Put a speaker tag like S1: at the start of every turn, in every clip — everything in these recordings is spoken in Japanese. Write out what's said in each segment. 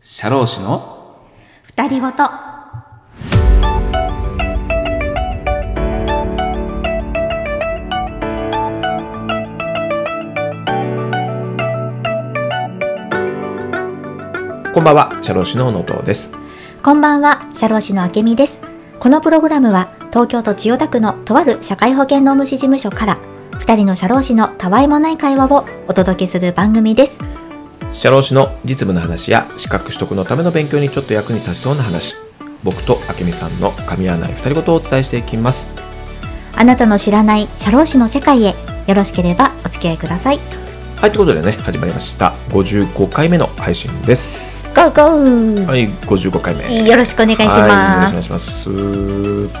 S1: 社労士の
S2: 二人ごと。
S1: こんばんは社労士の野党です
S2: こんばんは、社労士のあけみです。このプログラムは、東京都千代田区のとある社会保険労務士事務所から、二人の社労士のたわいもない会話をお届けする番組です。
S1: 社労士の実務の話や資格取得のための勉強にちょっと役に立ちそうな話僕とあけみさんの噛み合わない二人ごとをお伝えしていきます
S2: あなたの知らない社労士の世界へ、よろしければお付き合いください。
S1: はいということでね始まりました55回目の配信です
S2: ゴーゴー、
S1: はい55回目
S2: よろしくお願いし
S1: はい、お
S2: ます。
S1: 願いします。さあ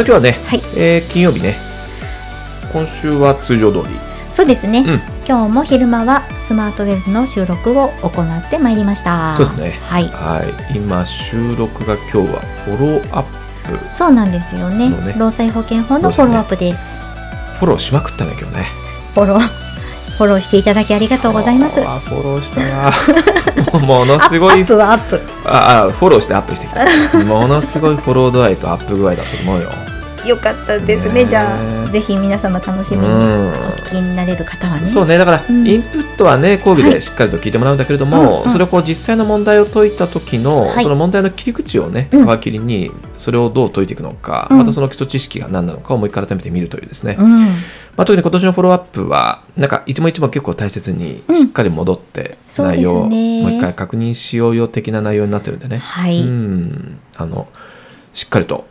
S1: 今日はね、
S2: はい
S1: えー金曜日ね、今週は通常通り、
S2: そうですね、
S1: うん
S2: 今日も昼間はスマートウェブの収録を行ってまいりました。
S1: そうですね
S2: はい。
S1: はい、今収録が今日はフォローアップ、
S2: そうなんですよね。
S1: のね
S2: 労災保険法のフォローアップです。
S1: フォローしまくったね今日ね。
S2: フォロー、フォローしていただきありがとうございます。ア
S1: あーフォローしたな。 ものすごい
S2: ップはアップ。
S1: ああフォローしてアップしてき た。ものすごいフォロー度合いとアップ具合だと思うよ。
S2: よかったです
S1: ね
S2: ね。
S1: え
S2: じゃあ、ぜひ皆様楽しみにお聞きになれる方はね。
S1: そうねだから、
S2: うん
S1: インプットはね講義
S2: は
S1: で
S2: い
S1: しっかりと聞いてもらうんだけれども、
S2: うんうん
S1: それをこう実際の問題を解いた時の、
S2: はい
S1: その問題の切り口をね
S2: うん
S1: 皮切りにそれをどう解いていくのか、
S2: うん
S1: またその基礎知識が何なのかをもう一回改めて見るというですね、ま
S2: うん。
S1: あ、特に今年のフォローアップはなんかいつもいつも結構大切に
S2: うん
S1: しっかり戻って
S2: そうで
S1: 内
S2: すね
S1: 容をもう一回確認しようよ的な内容になってるんでね、
S2: はい
S1: うんあのしっかりと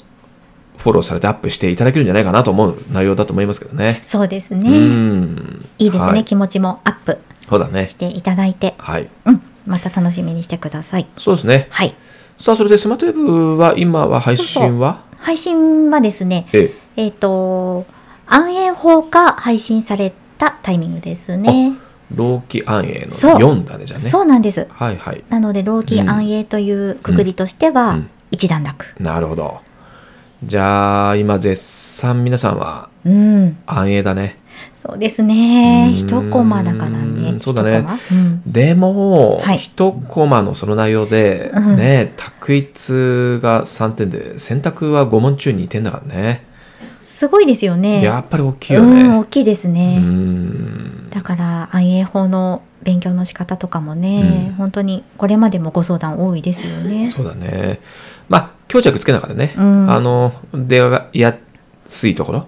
S1: フォローされてアップしていただけるんじゃないかなと思う内容だと思いますけどね。
S2: そうです
S1: う
S2: ね。
S1: ん
S2: いいですね、
S1: はい
S2: 気持ちもアップ
S1: そうだね
S2: し。ていただいて。
S1: はい。
S2: うん。また楽しみにしてください。
S1: そうですね。
S2: はい。
S1: さあ、それでスマートウェブは今は配信は
S2: 配信はですね、
S1: え
S2: えっ、と、安永法が配信されたタイミングですね。
S1: え、老期安永の
S2: そう
S1: 4だね、じゃあね。
S2: そうなんです。
S1: はいはい。
S2: なので、老期安永というくくりとして
S1: う
S2: は
S1: ん、
S2: 一段落。
S1: なるほど。じゃあ、今絶賛皆さんは
S2: うん。
S1: 安永だね。
S2: そうですね。
S1: うん
S2: 一コマだからね。
S1: そうだね
S2: 一コマうん
S1: でも、
S2: はい
S1: 一コマのその内容で、
S2: うん
S1: ね、択一が3点で、選択は5問中2点だからね。
S2: すごいですよね。
S1: やっぱり大きいよね。
S2: うん、大きいです
S1: う
S2: ね。
S1: ん
S2: だから、安永法の勉強の仕方とかもね、
S1: うん
S2: 本当にこれまでもご相談多いですよね。
S1: そうだね。まあ、強弱つけながらね、
S2: うん
S1: あの、出会いやすいところ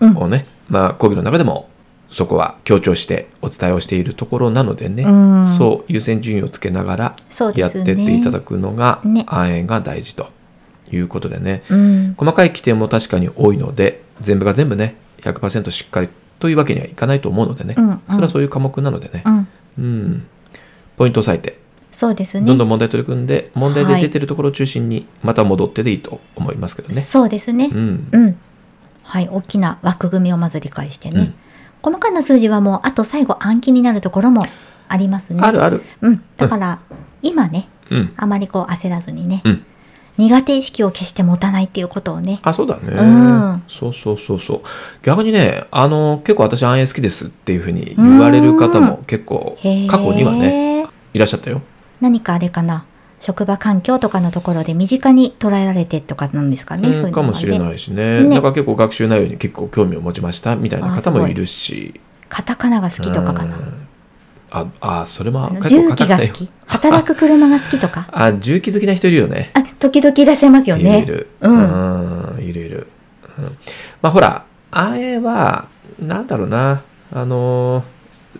S2: うん
S1: をね、まあ、講義の中でも、そこは強調してお伝えをしているところなのでね、
S2: うん
S1: そう、優先順位をつけながら
S2: そう
S1: や
S2: で
S1: っ
S2: す
S1: て
S2: ね。
S1: っていただくのが、
S2: ね
S1: 暗炎が大事ということでね、
S2: うん。
S1: 細かい規定も確かに多いので、全部が全部ね、100%しっかりというわけにはいかないと思うのでね、
S2: うんうん
S1: それはそういう科目なのでね
S2: う、ん。
S1: うん、ポイントを押さえて、
S2: そうですね。
S1: どんどん問題取り組んで問題
S2: は
S1: で
S2: い
S1: 出てるところを中心にまた戻ってでいいと思いますけどね。
S2: そうですね
S1: う。ん
S2: うん。はい。大きな枠組みをまず理解してね。
S1: うん
S2: 細かな数字はもう、あと最後暗記になるところもありますね。
S1: あるある。
S2: うん。だから、今ね、
S1: うん
S2: あまりこう焦らずにね、
S1: うん
S2: 苦手意識を決して持たないっていうことをね。
S1: あそうだね、
S2: うん
S1: そうそうそうそう逆にねあの結構私暗影好きですっていうふうに言われる方も結構
S2: へー
S1: 過去にはねいらっしゃったよ
S2: 何かあれかな、職場環境とかのところで身近に捉えられてとかなんですかね、
S1: うん
S2: そういうの
S1: かもしれ
S2: い。
S1: ないしね
S2: ね
S1: だから結構学習内容に結構興味を持ちましたみたいな
S2: あ
S1: 方
S2: す
S1: も
S2: ごい
S1: いるし
S2: カタカナが好きとかかな
S1: う。んああそれも
S2: あの
S1: 結構
S2: 重機
S1: 硬
S2: が
S1: くて
S2: 好き。働く車が好きとか。
S1: あ重機好きな人いるよね
S2: あ、時々いらっしゃいますよね。
S1: いるいる。
S2: うん。
S1: うんいるいる。うんまあほら、あえは、なんだろうな、あのー、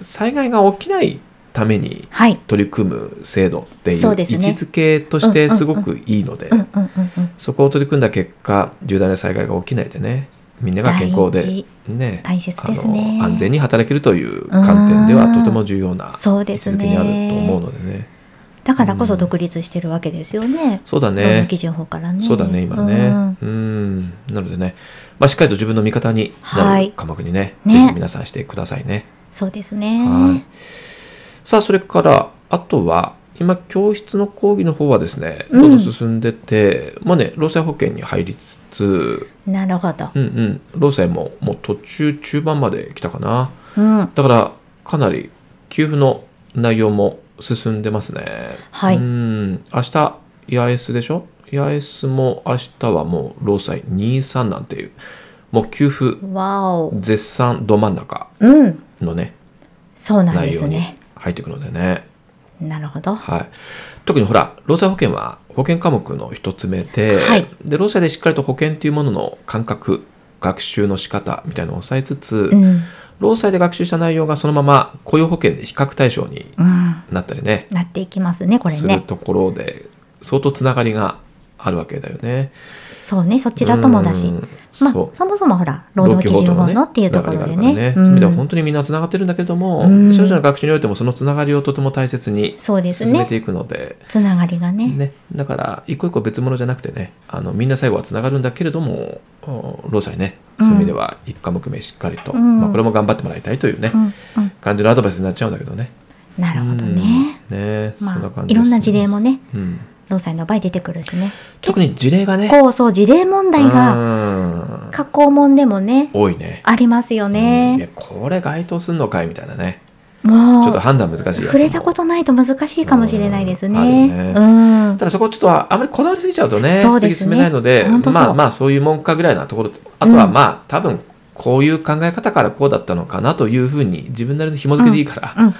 S1: 災害が起きないために
S2: はい。
S1: 取り組む制度っていう位
S2: そうです
S1: 置
S2: ね
S1: づけとし
S2: うん
S1: て
S2: うんうん
S1: すごくいいので
S2: う、んうんうんうん。
S1: そこを取り組んだ結果、重大な災害が起きないでね、みんなが健康
S2: 大
S1: で
S2: 事、
S1: ね、
S2: 大切ですね
S1: あの安全に働けるという観点では
S2: うん
S1: とても重要な位置
S2: そうです
S1: づけにあると思う
S2: ね。
S1: のでね。
S2: だからこそ独立してるわけですよね。
S1: そうだ
S2: 労
S1: ね
S2: 働。基準法からね。
S1: そうだね、今
S2: うん
S1: ね。うん、なのでね、まあ、しっかりと自分の味方にな
S2: は
S1: る
S2: い
S1: 科目にね、
S2: ね
S1: ぜひ皆さんしてくださいね。
S2: そうですね。
S1: はい。さあ、それから、あとは、今、教室の講義の方はですね、
S2: うん
S1: どんどん進んでて、もうね、労災保険に入りつつ、
S2: なるほど。
S1: うんうん、労災ももう途中、中盤まで来たかな。
S2: うん。
S1: だから、かなり給付の内容も進んでますね。
S2: はい
S1: うん、明日、八重洲でしょ八重洲も明日はもう、労災23なんていう、もう給付
S2: わお。
S1: 絶賛ど真ん中
S2: うん。
S1: のね、
S2: そうなんで
S1: 内容
S2: す
S1: に
S2: ね。
S1: 入っていくのでね。
S2: なるほど。
S1: はい、特にほら労災保険は保険科目の一つ目で,、
S2: はい
S1: で労災でしっかりと保険というものの感覚学習の仕方みたいなのを抑えつつ、
S2: うん。
S1: 労災で学習した内容がそのまま雇用保険で比較対象に
S2: うん。
S1: なったりね
S2: なっていきますね、これ
S1: する
S2: ね。
S1: ところで相当つながりがあるわけだよね。
S2: そうね、そちらともだし。
S1: うん
S2: まあ、
S1: そう
S2: そもそもほら、労働基準法のっていうところでね。
S1: そういう意味では
S2: うん
S1: 本当にみんなつながってるんだけれども、
S2: うん
S1: 少女の学習においてもそのつながりをとても大切に
S2: そうです
S1: 進め
S2: ね
S1: て。いくので、
S2: つながりがね。
S1: ね、だから一個一個別物じゃなくてねあのみんな最後はつながるんだけれどもお労災ねそういう意味では一科目目しっかりと、
S2: うん
S1: まあ、これも頑張ってもらいたいというね、
S2: うん、うん。
S1: 感じのアドバイスになっちゃうんだけどね。
S2: なるほどね。
S1: うんねそんな
S2: まあ
S1: 感、じ
S2: い
S1: です
S2: ろんな事例もね、
S1: うん、
S2: 労災の場合出てくるしね。
S1: 特に事例がね
S2: こうそう、事例問題が、
S1: が
S2: 加工問でもね、
S1: 多いね。
S2: ありますよ
S1: うんいや
S2: ね。
S1: これ該当すんのかいみたいなね
S2: もう、
S1: ちょっと判断難しいやつも
S2: 触れたことないと難しいかもしれないです
S1: うんあ
S2: ね。
S1: る
S2: う
S1: ね
S2: ん。
S1: ただそこちょっとはあまりこだわりすぎちゃうとね
S2: そう
S1: 突
S2: で
S1: き
S2: す
S1: 進
S2: ね
S1: めないので
S2: 本当そう
S1: まあまあそういうもんかぐらいなところとあとは
S2: うん
S1: まあ多分こういう考え方からこうだったのかなというふうに自分なりの紐付けでいいから、
S2: うんうん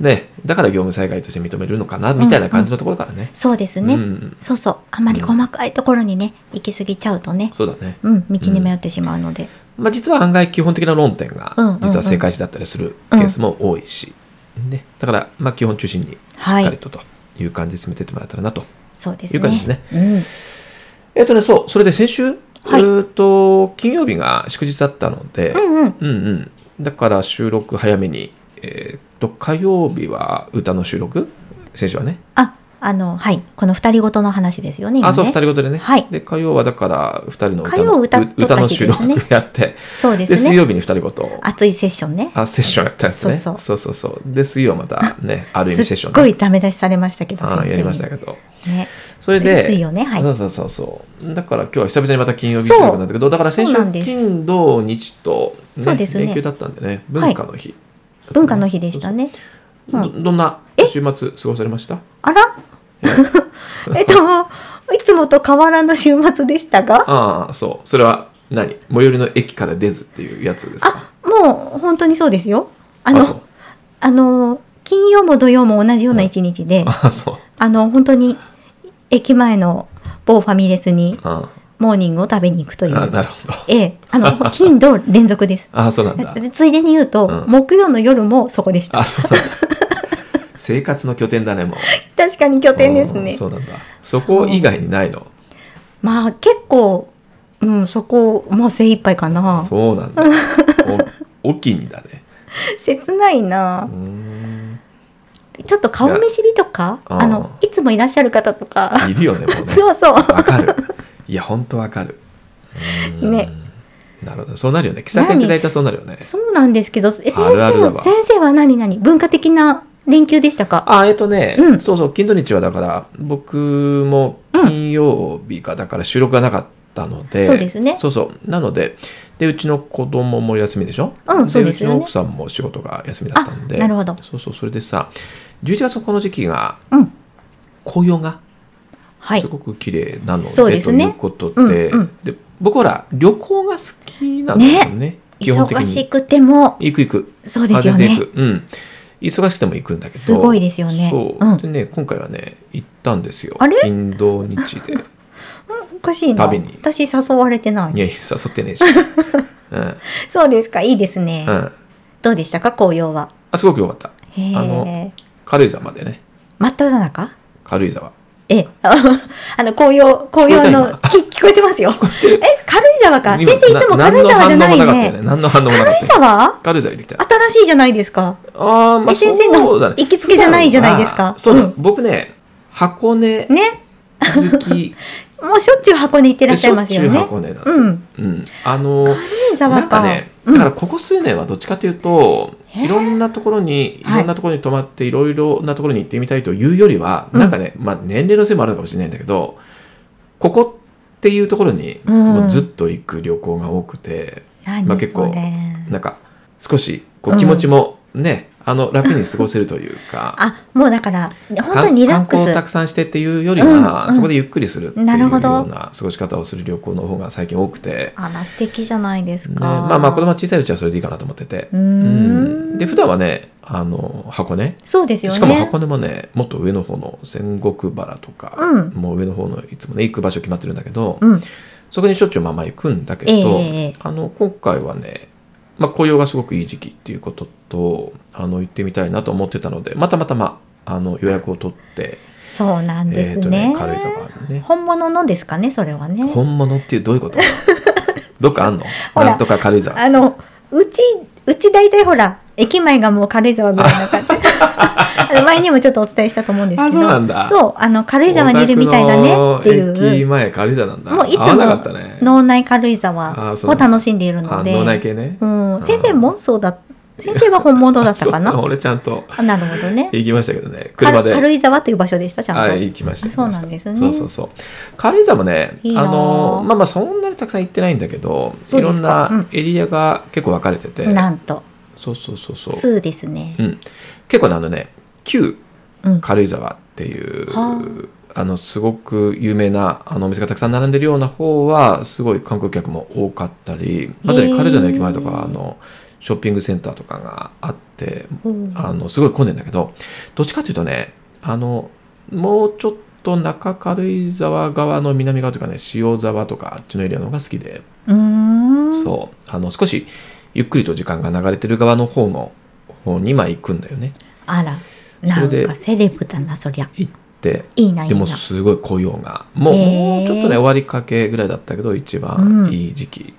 S1: ね、だから業務災害として認めるのかなみたいな感じのところからね、
S2: そうです
S1: うん
S2: ね。そうそう。あまり細かいところにね、行き過ぎちゃうとね、
S1: そうだね、
S2: うん、道に迷ってしまうので。
S1: まあ、実は案外基本的な論点が
S2: うんうんうん
S1: 実は正解値だったりするケースも多いし、ね、だからまあ基本中心にしっかりとという感じで進めていってもらえたらなと
S2: そうです
S1: い
S2: ね。
S1: う感じね
S2: うん。
S1: えっとね、そう、それで先週、
S2: はい
S1: えーと金曜日が祝日だったので、
S2: うんう
S1: う
S2: ん。
S1: んうんだから収録早めに、えー、と火曜日は歌の収録先週はね。
S2: あ、あの、はい。この二人ごとの話ですよね。今
S1: あ、
S2: ね
S1: そう、二人ごとでね。
S2: はい
S1: で、火曜はだから、二人の歌
S2: 火曜
S1: の
S2: 歌っとった
S1: 歌の
S2: 日
S1: 収
S2: です
S1: 録
S2: ね
S1: やって、
S2: そうで
S1: で、
S2: す
S1: 水
S2: ね。
S1: 曜日に二人ごと、
S2: 熱いセッションね。
S1: あ、セッションやったんですね。
S2: そう
S1: そうそうそうで、水曜またね、ある意味セッション
S2: すっ
S1: ね
S2: ごいダメ出しされましたけど、
S1: あやりました
S2: け
S1: けど。
S2: ど。ね。
S1: それで、
S2: 水曜ねはい
S1: そうそうそうそう。だから今日は久々にまた金曜日
S2: そう
S1: 収録なんだけど、だから先週
S2: そうなんです
S1: 金土日と、ね、
S2: そうですね
S1: 連休だったんでね、文化の日、
S2: 文化の日でしたね。
S1: そうそう。どどんな週末過ごされました？
S2: あら えっと、いつもと変わらぬ週末でしたが、
S1: ああ、そう。それは何？最寄りの駅から出ずっていうやつですか？
S2: あ、もう本当にそうですよ。あの、
S1: あそう
S2: あの、金曜も土曜も同じような一日で、
S1: あ、 そう。
S2: あの、本当に駅前の某ファミレスに
S1: あ
S2: モーニングを食べに行くとい
S1: あ、あ
S2: う。
S1: なるほど。
S2: ええ、あの、金土連続です。
S1: ああ、 そうなん だ。
S2: でついでに言うと、
S1: うん
S2: 木曜の夜もそこでした。
S1: あ、そうなんだ。 生活の拠点だねもう。
S2: 確かに拠点ですね
S1: うん。そうなんだ。そこ以外にないの。
S2: まあ結構、うん、そこ、もう精一杯かな。
S1: そうなんだ。お、お 気にだね。
S2: 切ないな
S1: うー。ん。
S2: ちょっと顔見知りとか、
S1: いや
S2: あの、いつもいらっしゃる方とか、
S1: いるよね、もうね。
S2: そうそう。
S1: わかる。いや、ほんとわかる。うーん
S2: ね。
S1: なるほど。そうなるよね。喫茶店って大体そうなるよね。
S2: そうなんですけど、え先生
S1: あるあるだわ
S2: 先生は何々文化的な連休でしたか
S1: あ、えっとね、
S2: うん
S1: そうそう、金土日はだから、僕も金曜日が、だから収録がなかったので、
S2: そうですね
S1: そうそう。なので、で、うちの子供も休みでしょ
S2: うんそうですよね
S1: うちの奥さんも仕事が休みだったんで、
S2: あなるほど
S1: そうそう、それでさ、11月のこの時期が、
S2: うん
S1: 紅葉が
S2: はい
S1: す。ごく綺麗なので,、
S2: そうですね
S1: ということで,、
S2: うんうん
S1: で僕ほら旅行が好きなんだよね基本的
S2: 忙し
S1: に
S2: くても、
S1: 行く行く
S2: そうです
S1: あ全
S2: よ
S1: 然
S2: ね
S1: 行。く、うん、忙しくても行くんだけど
S2: すごいですよね
S1: そう、
S2: うん
S1: でね今回はね行ったんですよ
S2: あれ
S1: 金土日でい
S2: おかしいな。
S1: 旅に
S2: 私誘われてない。
S1: やいや誘ってねえ し、うんうん、
S2: そうですか、いいですね。
S1: あ
S2: どうでしたか、紅葉は。
S1: すごく良かった
S2: へ
S1: あの
S2: え。
S1: 軽井沢までね
S2: 真っ只中
S1: 軽井沢
S2: え え、あの、紅葉、紅葉の、
S1: 聞こえた
S2: き 聞こえてますよ。え、軽井沢か。先
S1: 今
S2: 生いつも
S1: な
S2: 軽井沢じゃないね。
S1: 何の反応もなかったよね何の反応もなか
S2: 軽
S1: ったよ軽
S2: 井沢
S1: 井沢行ってきた
S2: 新しいじゃないですか。
S1: ああ、まあ、
S2: え先生の
S1: そうだね
S2: 行きつけじゃないじゃないですか
S1: 普段はそうだ、
S2: うん
S1: 僕ね、箱根好
S2: ね。
S1: き、
S2: もうしょっちゅう箱根行ってらっしゃい
S1: しょ
S2: ま
S1: っ
S2: す
S1: ち
S2: よ
S1: ゅう
S2: ね。
S1: 箱根なんですよ。
S2: うん
S1: うんあの、
S2: 軽井
S1: な
S2: 沢
S1: んか
S2: か。
S1: ね、だからここ数年はどっちかというと、
S2: へー
S1: いろんなところに、い
S2: はい
S1: ろんなところに泊まって、いろいろなところに行ってみたいというよりは、なんかね、まあ年齢のせいもあるのかもしれないんだけど、ここっていうところに、
S2: うん
S1: もうずっと行く旅行が多くて、
S2: 何
S1: まあ
S2: それ
S1: 結構なんか少しこう気持ちもね、あの楽に過ごせるというか
S2: あ、もうだから、本当にリラック
S1: 観
S2: ス
S1: 光を。たくさんしてっていうよりは、
S2: うんうん
S1: そこでゆっくりするっていうよ
S2: なる
S1: う
S2: ほど
S1: な過ごし方をする旅行の方が最近多くて、
S2: あら、素敵じゃないです
S1: ね、
S2: か。
S1: まあまあ子供は小さいうちはそれでいいかなと思ってて
S2: う、ー
S1: うん
S2: ん。
S1: で普段はねあの箱根
S2: そうですよね。
S1: しかも箱根もねもっと上の方の仙石原とか、
S2: うん
S1: もう上の方のいつもね行く場所決まってるんだけど、
S2: うん。
S1: そこにしょっちゅうまあまあ行くんだけど、
S2: ええ
S1: あの今回はね、まあ、紅葉がすごくいい時期っていうこととあの行ってみたいなと思ってたのでまたまたまあの予約を取って、
S2: そうなんで
S1: え
S2: す
S1: ーと
S2: ね
S1: ね。軽井沢にね
S2: 本物のですかね、それはね。
S1: 本物っていうどういう ことどっかあんの
S2: ほら
S1: なんとか軽井沢
S2: あの、うち、うち大体ほら、駅前がもう軽井沢ぐらいな感 じ。あの前にもちょっとお伝えしたと思うんですけど。
S1: あそうなんだ
S2: そうあの、軽井沢にいるみたいだねってい
S1: お宅の駅
S2: う。
S1: 前軽井沢なんだ
S2: もういつも
S1: 合わなかったね
S2: 脳内軽井
S1: あ
S2: 沢
S1: そう
S2: を楽しんでいる
S1: あ
S2: ので。
S1: 脳内系ね
S2: うん。先生もそうだ。先生は本物だったか
S1: そう
S2: な。
S1: 俺ちゃんと
S2: あなるほどね。
S1: 行きましたけどね車で
S2: か軽井沢という場所でした、ちゃんと。
S1: はい、行きました。
S2: あそうなん
S1: 行きました
S2: です
S1: そう
S2: ね
S1: そうそう。軽井沢もね、
S2: いいな
S1: あ
S2: あ
S1: の、まあまあ、そんなにたくさん行ってないんだけど、
S2: そ
S1: いう
S2: で
S1: ろ
S2: す
S1: ん
S2: か
S1: なエリアが結構分かれてて、
S2: なんと、
S1: そうそうそうそう。
S2: 2ですね
S1: う。ん。結構ね、あのね、旧
S2: うん。
S1: 軽井沢っていう、
S2: は
S1: あの、すごく有名なあのお店がたくさん並んでるような方は、すごい観光客も多かったり、まさに軽井沢の駅前と
S2: へ
S1: か、
S2: ー
S1: あの、ショッピングセンターとかがあって、
S2: うん
S1: あのすごい混んでんだけどどっちかというとねあのもうちょっと中軽井沢側の南側とかね塩沢とかあっちのエリアの方が好きで、
S2: うーん。
S1: そうあの少しゆっくりと時間が流れてる側の方の方にまあ行くんだよね
S2: あら、な
S1: それ
S2: ん
S1: で
S2: かセレブだな、そりゃ。
S1: 行って
S2: いいな、いい
S1: でも
S2: な。
S1: すごい紅葉がもう,、
S2: へー
S1: もうちょっとね終わりかけぐらいだったけど一番いい時期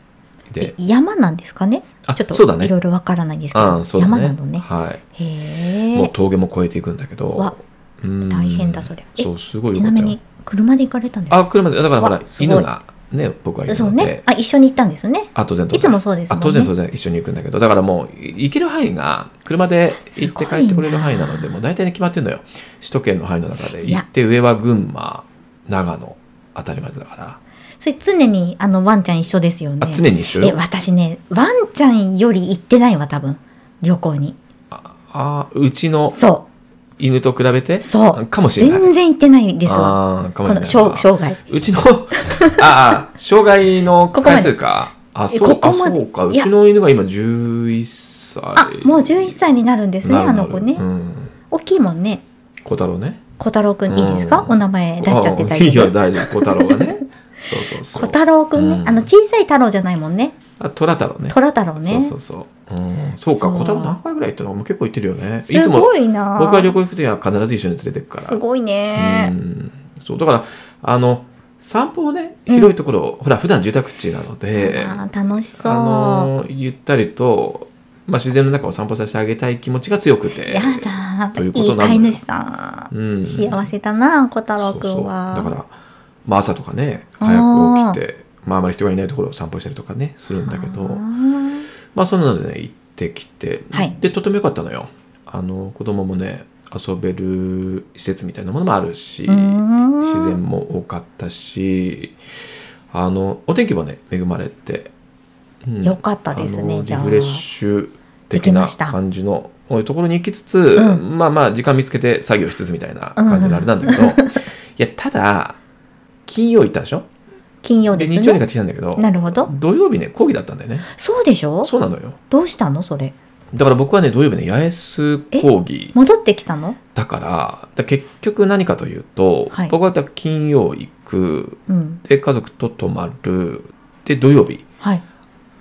S1: で、
S2: え山なんですかね
S1: あ
S2: ちょっと
S1: そうだね
S2: いろいろわからないんですけど、
S1: ああそうだね
S2: 山なのね。
S1: はい
S2: へ
S1: もう
S2: え。
S1: 峠も越えていくんだけど
S2: わ
S1: うん
S2: 大変だそりゃえ
S1: そうすごい
S2: ち
S1: よかった
S2: な
S1: よ
S2: みに、車で行かれたんです
S1: あ、車で、だからほら
S2: わ、すごい
S1: 犬がね、僕は
S2: か
S1: いる
S2: そう
S1: の
S2: ね
S1: で。。
S2: あ、一緒に行ったんですよね。
S1: あ、当然、当然。
S2: いつもそうですもん
S1: あ
S2: ね
S1: 当然、当然、一緒に行くんだけど、だからもう、い行ける範囲が、車で行って
S2: すごいな
S1: 帰ってこれる範囲なので、もう大体ね決まってんのよ。首都圏の範囲の中で、
S2: い
S1: 行
S2: や
S1: って、上は群馬、長野、あたりまでだから。
S2: それ常に、あの、ワンちゃん一緒ですよね。
S1: あ、常に一緒
S2: え、
S1: よ。
S2: 私ね、ワンちゃんより行ってないわ、多分。旅行に。
S1: ああ、うちの
S2: そ
S1: 犬と比べて
S2: う。そう。
S1: かもしれない。
S2: 全然行ってないですわ。
S1: ああ、か
S2: こ
S1: もしれ
S2: の
S1: ない。
S2: 生生涯。
S1: うちの、ああ、障害の
S2: ここま
S1: 回
S2: で
S1: 数か。あ、
S2: え
S1: そう
S2: こ
S1: あ
S2: こまで
S1: そうか。う
S2: いや
S1: ちの犬が今11歳。
S2: あ、もう11歳になるんですね、
S1: なる
S2: あ
S1: な
S2: の
S1: る
S2: 子ね。
S1: うん。
S2: 大きいもんね。
S1: 小太郎ね。
S2: 小太郎くんいいですか、
S1: うん
S2: お名前出しちゃって
S1: あ
S2: 大
S1: いい
S2: 丈
S1: よ、
S2: 夫
S1: 大丈夫。小太郎が ね。そうそうそう。
S2: 小太郎くんね、
S1: うん
S2: あの小さい太郎じゃないもんね
S1: あ、虎太郎ね。
S2: 虎太郎ね
S1: そうそうそう。うん、そうか、
S2: そう
S1: 小太郎何回ぐらい行ってるのもう結構行ってるよね。い
S2: す
S1: つも
S2: ごいな
S1: 僕が旅行行くときは必ず一緒に連れてくから。
S2: すごいうね、
S1: ん。そう、だから、あの、散歩をね、広いところ、ほら、普段住宅地なので、
S2: あー楽しそう、
S1: あの、ゆったりと、まあ、自然の中を散歩させてあげたい気持ちが強くて。
S2: やだ
S1: と
S2: い
S1: いう
S2: い
S1: ことなんだ
S2: 飼い主さん、
S1: うん。
S2: 幸せだな小太郎くんは
S1: そうそうだから、まあ、朝とかね早く起きてまあ、あまり人がいないところを散歩したりとかねするんだけど
S2: あー
S1: まあそんなのでね行ってきて、
S2: はい
S1: でとても良かったのよあの子供もね遊べる施設みたいなものもあるし
S2: うーん
S1: 自然も多かったしあのお天気もね恵まれて、うん
S2: よかったですね
S1: あの
S2: じゃあ
S1: リフレッシュ
S2: で
S1: 的
S2: きま
S1: な
S2: した
S1: 感じのこういうところに行きつつ、
S2: う
S1: まあまあ時間見つけて作業しつつみたいな感じのあれなんだ けど、いやただ金曜行ったでしょ
S2: 金曜
S1: で
S2: です
S1: 日曜に帰
S2: ね
S1: ってきたんだけど
S2: なるほど
S1: 土曜日ね講義だったんだよね
S2: そうでしょ
S1: そうなのよ
S2: どうしたのそれ
S1: だから僕はね土曜日ね八重洲講義
S2: 戻ってきたの
S1: だからだ結局何かというと、
S2: はい
S1: 僕はだから金曜行く
S2: うん
S1: で家族と泊まるで土曜日
S2: はい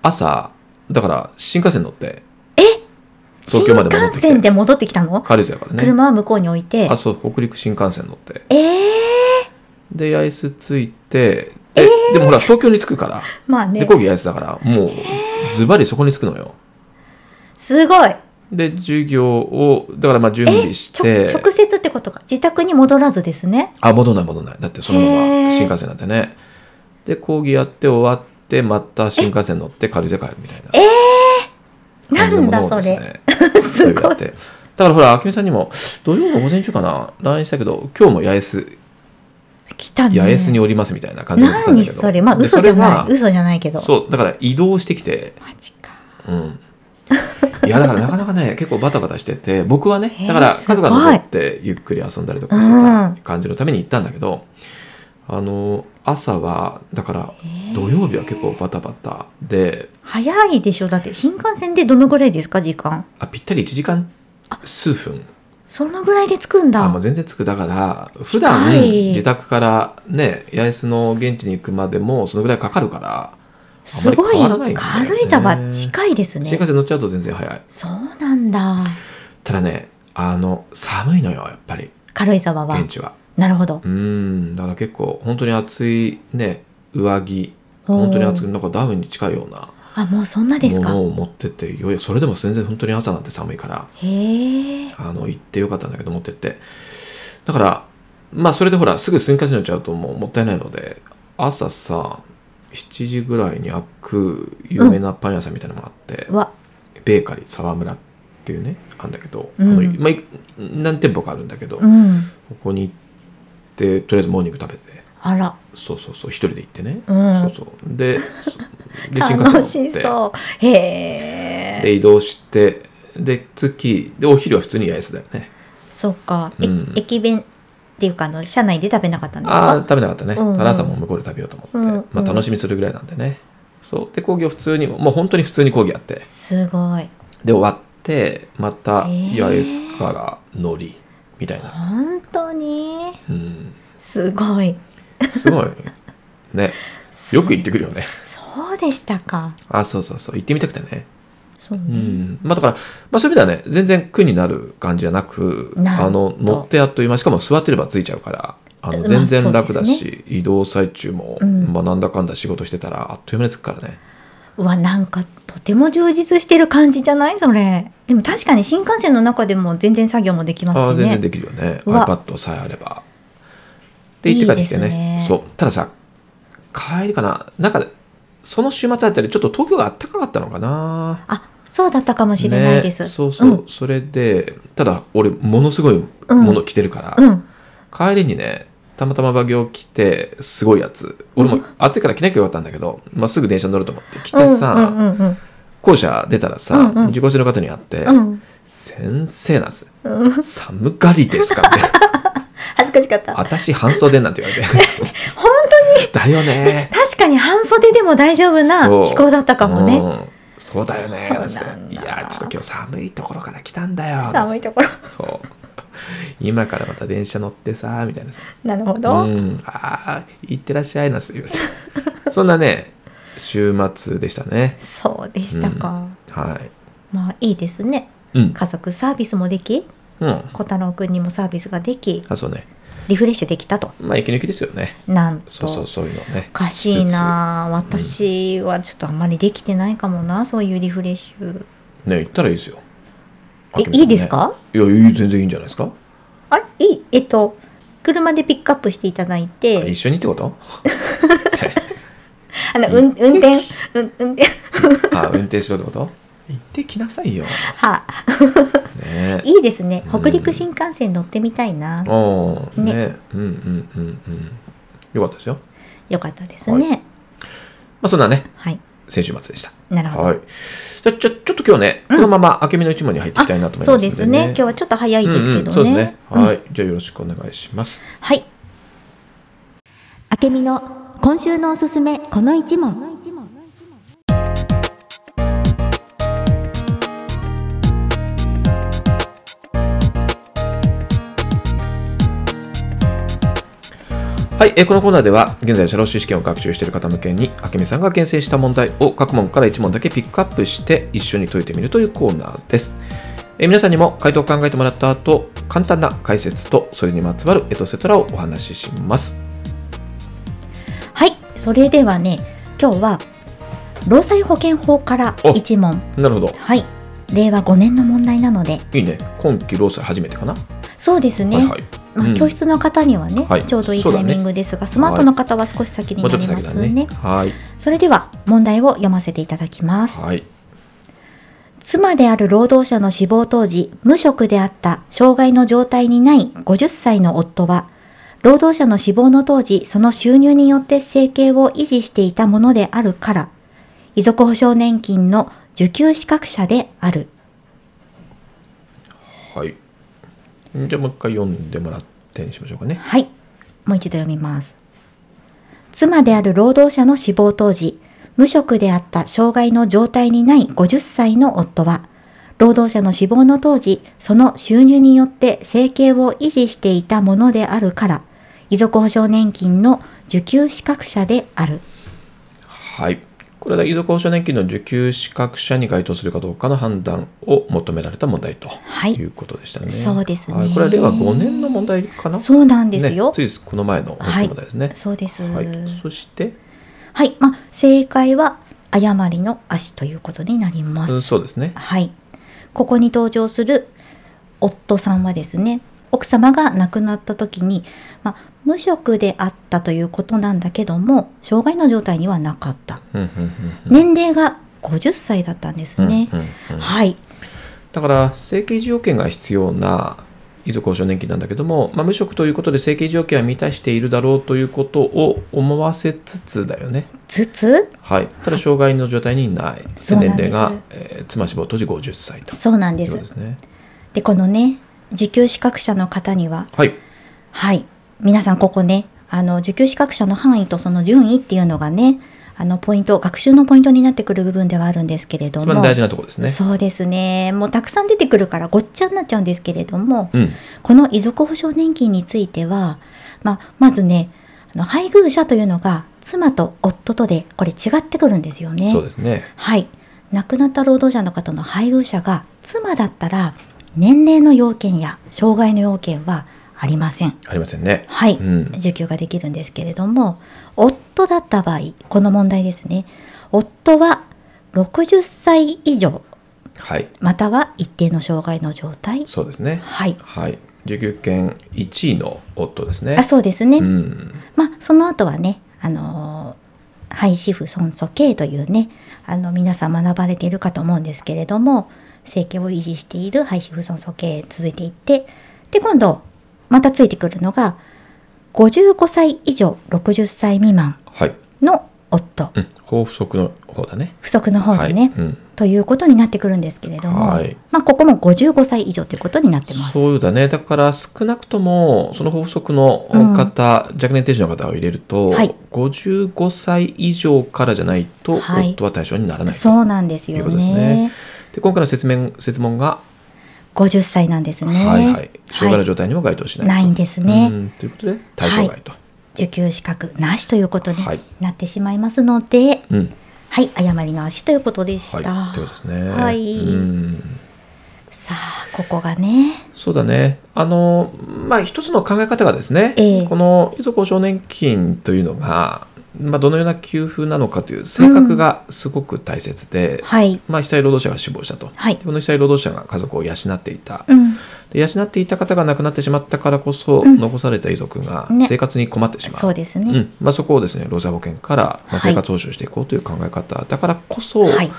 S1: 朝だから新幹線乗って東
S2: 新
S1: 京まで戻ってきて
S2: 幹線で戻ってきたの、
S1: 軽井沢からね
S2: 車は向こうに置いて
S1: あそう北陸新幹線乗って
S2: ええ
S1: で八重洲着いてで,、でもほら東京に着くから
S2: ー、まあ
S1: で
S2: ね
S1: 講義八重洲だからもうズバリそこに着くのよ
S2: すごい
S1: で授業をだからまあ準備し
S2: え
S1: て
S2: ちょ直接ってことか自宅に戻らずですね
S1: あ戻んない戻んないだってそのま
S2: へ
S1: ま
S2: ー
S1: 新幹線なんてねで講義やって終わってまた新幹線乗って軽井沢帰るみたいなえ
S2: なんだそれ、
S1: れ
S2: すご
S1: だ
S2: い
S1: からほらあきみさんにも土曜の午前中かな LINE したけど今日も八重洲
S2: 来たね
S1: 八重洲におりますみたいな感じだったんだ
S2: 何
S1: けど
S2: それまあ
S1: で
S2: 嘘じゃ
S1: それ
S2: な
S1: はい
S2: 嘘じゃないけど
S1: そうだから移動してきて
S2: マジか
S1: うんいやだからなかなかね結構バタバタしてて僕はね
S2: へー
S1: だから
S2: すごい
S1: 家族が残ってゆっくり遊んだりとかして
S2: うん
S1: た感じのために行ったんだけど、あの朝はだから土曜日は結構バタバタで
S2: 早いでしょだって新幹線でどのぐらいですか時間
S1: あぴったり1時間数分
S2: そのぐらいで着くんだ
S1: あもう全然着くだから普
S2: 近
S1: 段
S2: い
S1: 自宅からね八重洲の現地に行くまでもそのぐらいかかるから
S2: すごい
S1: あんまり変わらないんだよね
S2: 軽井沢近いです
S1: 新
S2: ね
S1: 幹線乗っちゃうと全然早い
S2: そうなんだ
S1: ただねあの寒いのよやっぱり
S2: 軽井沢は
S1: 現地は
S2: なるほど
S1: うーんだから結構本当に暑いね上着
S2: おー
S1: 本当に暑くなんかダウンに近いような
S2: あもうそんなです
S1: も
S2: か
S1: のを持ってってよいそれでも全然本当に朝なんて寒いから
S2: へえ
S1: あの行ってよかったんだけど持ってってだからまあそれでほらすぐ新幹線乗っちゃうともうもったいないので朝さ7時ぐらいに開く有名なパン屋さんみたいなのがあって、
S2: わ
S1: ベーカリー沢村っていうねあるんだけど、
S2: うん
S1: あのまあ、い何店舗かあるんだけど、
S2: う
S1: こ
S2: ん
S1: こに行ってとりあえずモーニング食べて
S2: あら
S1: そうそうそう一人で行ってね、
S2: うん
S1: そうそうで そで新幹
S2: 楽し
S1: 線乗っ
S2: そうへ
S1: て
S2: え
S1: で移動してで月でお昼は普通に八重洲だよね
S2: そうか、え
S1: うん
S2: 駅弁っていうかあの車内で食べなかったんです
S1: ああー
S2: か
S1: 食べなかったね、
S2: うん
S1: ただ朝も向こうで食べようと思って、
S2: うん
S1: まあ、楽しみするぐらいなんでねそうで講義を普通にもう本当に普通に講義あって
S2: すごい
S1: で終わってまた
S2: へー
S1: 八重洲から乗りみたいな、
S2: 本当に
S1: うん
S2: すごい
S1: すごいねよく行ってくるよね
S2: そうでしたか
S1: あそうそうそう行ってみたくてね
S2: そうね、
S1: うんまあだから、まあ、そういう意味ではね全然苦になる感じじゃなく
S2: なんと
S1: あの乗ってあっという間しかも座ってればついちゃうからあ
S2: ま
S1: の
S2: あ
S1: 全然楽だ
S2: そ
S1: し、移動最中も、
S2: うん
S1: まあ、なんだかんだ仕事してたらあっという間に着くからね
S2: うわなんかとても充実してる感じじゃないそれでも確かに新幹線の中でも全然作業もできま
S1: ああ
S2: すし
S1: 全然
S2: ね
S1: できるよね
S2: うわ
S1: iPad さえあればで行って帰ってきてね
S2: いいですね
S1: そうたださ帰りかななんかその週末あたりちょっと東京があったかかったのかな
S2: あそうだったかもしれないです、
S1: ね、そうそう、
S2: うん
S1: それでただ俺ものすごいもの着てるから、
S2: うん
S1: 帰りにねたまたまバギを着てすごいやつ俺も暑いから着なきゃよかったんだけど、まあ、すぐ電車乗ると思って着てさ、
S2: うんうん
S1: 校舎出たらさ、
S2: うんうん
S1: 受講生の方に会って「
S2: うんうん
S1: 先生なんです
S2: うん
S1: 寒がりですか?」って
S2: 恥ずかしかっ
S1: 「
S2: た
S1: 私半袖」なんて言われて
S2: 本
S1: だよね
S2: 確かに半袖でも大丈夫な
S1: そう
S2: 気候だったかもね
S1: うんそうだよねなんつっ
S2: そうな
S1: て
S2: ん
S1: い
S2: だ
S1: やちょっと今日寒いところから来たんだよ」なんつっ
S2: 寒い
S1: て
S2: ところ
S1: そう今からまた電車乗ってさみたいなさ
S2: なるほど、
S1: うん、ああ、行ってらっしゃいなす言われて そんなね、週末でしたね。
S2: そうでしたか、
S1: は
S2: まあいいですね
S1: い。うん。
S2: 家族サービスもでき
S1: うん。
S2: 小太郎くんにもサービスができ
S1: あ、そうね。
S2: リフレッシュできたと
S1: まあ、息抜きですよね。
S2: なんと
S1: そうそう、そういうのね
S2: お。かしいなあ私はちょっとあんまりできてないかもなそういうリフレッシュ
S1: ね、行ったらいいですよ。
S2: え
S1: 秋元さんね
S2: いいですか
S1: いや、いい全然いいんじゃないですか。
S2: あれいいえっと車でピックアップしていただい
S1: 一
S2: て
S1: 緒にってこと
S2: あの運運転運運 転
S1: あ、運転しろってこと行ってきなさいよ。
S2: はあ
S1: ね
S2: いいですね
S1: うん
S2: 北陸新幹線乗ってみたいな
S1: おー
S2: ね
S1: ねうんうんうんうん。よかったですよ。
S2: よかったですね
S1: まあ、そんなね、
S2: はい、
S1: 先週末でした。
S2: なるほど、
S1: はい。じゃあ、ちょ、ちょっと今日ね、このまま明美の一問に入っていきたいなと思い
S2: そ
S1: ま
S2: う
S1: す
S2: で
S1: の
S2: す
S1: で、
S2: ね今日はちょっと早いですけどね、
S1: うんうん、そうですね。
S2: うん
S1: はい、じゃあよろしくお願いします。
S2: はい。あけみの今週のおすすめこの一問。
S1: はい、えーこのコーナーでは現在社労士試験を学習している方向けに明美さんが厳選した問題を各問から1問だけピックアップして一緒に解いてみるというコーナーです。えー皆さんにも回答を考えてもらった後、簡単な解説とそれにまつわるエトセトラをお話しします。
S2: はい。それではね、今日は労災保険法から
S1: お
S2: 一問。
S1: なるほど。
S2: はい。令和5年の問題なので、
S1: いいね。今期労災初めてかな。
S2: そうですね。
S1: はいはい。
S2: まあ
S1: うん
S2: 教室の方にはね、
S1: はい
S2: ちょうどいい
S1: そう
S2: タ
S1: だ
S2: イ
S1: ね
S2: ミングですが、スマートの方は少し先に
S1: もう
S2: な
S1: ちょっと
S2: りま
S1: 先だね。
S2: すね。
S1: はい。
S2: それでは問題を読ませていただきます。
S1: はい。
S2: 妻である労働者の死亡当時、無職であった障害の状態にない50歳の夫は、労働者の死亡の当時、その収入によって生計を維持していたものであるから、遺族保障年金の受給資格者である。
S1: はい。じゃあもう一回読んでもらってにしましょうかね。
S2: はい。もう一度読みます。妻である労働者の死亡当時、無職であった障害の状態にない50歳の夫は、労働者の死亡の当時、その収入によって生計を維持していたものであるから、遺族保障年金の受給資格者である。
S1: はい。これは遺族保障年金の受給資格者に該当するかどうかの判断を求められた問題と
S2: はい
S1: いうことでしたね。
S2: そうですね
S1: はいこれは令和5年の問題かな
S2: そうなんですよ
S1: ね、ついこの前の保守問題ですね。
S2: そうです。は
S1: はいい。、そして、
S2: まあ、正解は誤りの足ということになります。
S1: うんそうですね。
S2: はい。ここに登場する夫さんはですね、奥様が亡くなった時に、まあ、無職であったということなんだけども、障害の状態にはなかった。
S1: うんうんうん
S2: 年齢が50歳だったんです
S1: うん
S2: ね。
S1: うんうんうん
S2: はい。
S1: だから生計条件が必要な遺族保障年金なんだけども、まあ、無職ということで生計条件は満たしているだろうということを思わせつつだよね。
S2: つつ
S1: はい、ただ障害の状態にない、で
S2: そう
S1: 年
S2: なん
S1: 齢
S2: です
S1: が、えー妻死亡当時50歳と
S2: そうなんで。
S1: いうことですすね。
S2: で、このね、受給資格者の方には、
S1: はい、
S2: はい。皆さんここね、あの、受給資格者の範囲とその順位っていうのがね、あの、ポイント、学習のポイントになってくる部分ではあるんですけれど
S1: 一
S2: も。
S1: 番大事なところですね。
S2: そうですね。もうたくさん出てくるからごっちゃになっちゃうんですけれども、
S1: うん、
S2: この遺族保障年金については、まあ、まずね、あの配偶者というのが妻と夫とでこれ違ってくるんですよね。
S1: そうですね。
S2: はい。亡くなった労働者の方の配偶者が妻だったら年齢の要件や障害の要件はありません。
S1: ありませんね。
S2: はい、
S1: うん
S2: 受給ができるんですけれども夫だった場合この問題ですね夫は60歳以上
S1: はい、
S2: または一定の障害の状態
S1: そうですね。
S2: はい
S1: はい、受給権1位の夫ですね
S2: あ。そうですね、
S1: うん、
S2: まあその後はねあのー廃止婦損素系というねあの皆さん学ばれているかと思うんですけれども生計を維持している廃止婦損素系続いていってで今度またついてくるのが55歳以上60歳未満
S1: はい、
S2: の夫
S1: うん、報復の方だね。
S2: 不足の方でね、
S1: はいうん
S2: ということになってくるんですけれども、
S1: はい
S2: まあ、ここも55歳以上ということになってます。
S1: そうだね。だから少なくとも、その法則の方、若年定児の方を入れると、
S2: はい
S1: 55歳以上からじゃないと、
S2: はい
S1: 夫は対象にならないと
S2: そうなんです
S1: いう
S2: よ
S1: ことです
S2: ね
S1: ね。。で、今回の説明、説問が、
S2: 50歳なんですね。
S1: はいはい。障害の
S2: はい
S1: 状態にも該当しない。
S2: ないんですね
S1: うんということで、対象外と。
S2: 受給資格なしということに
S1: はい
S2: なってしまいますので、
S1: うん。
S2: はい、誤りの足ということでした。
S1: はい。ということですね。
S2: はい
S1: うん
S2: さあ、ここがね、
S1: そうだね。あの、まあ、一つの考え方がですね、
S2: ええ
S1: この遺族保障年金というのが、まあ、どのような給付なのかという性格がすごく大切で、
S2: はい、
S1: まあ、被災労働者が死亡したと。
S2: はい
S1: でこの被災労働者が家族を養っていた。
S2: うん、
S1: で養っていた方が亡くなってしまったからこそ、残された遺族が
S2: ね
S1: 生活に困ってしまう。
S2: そうです
S1: う
S2: ね。
S1: んまあ、そこをですね労災保険からま
S2: は
S1: あ
S2: い
S1: 生活保障していこうという考え方、だからこそ、
S2: はい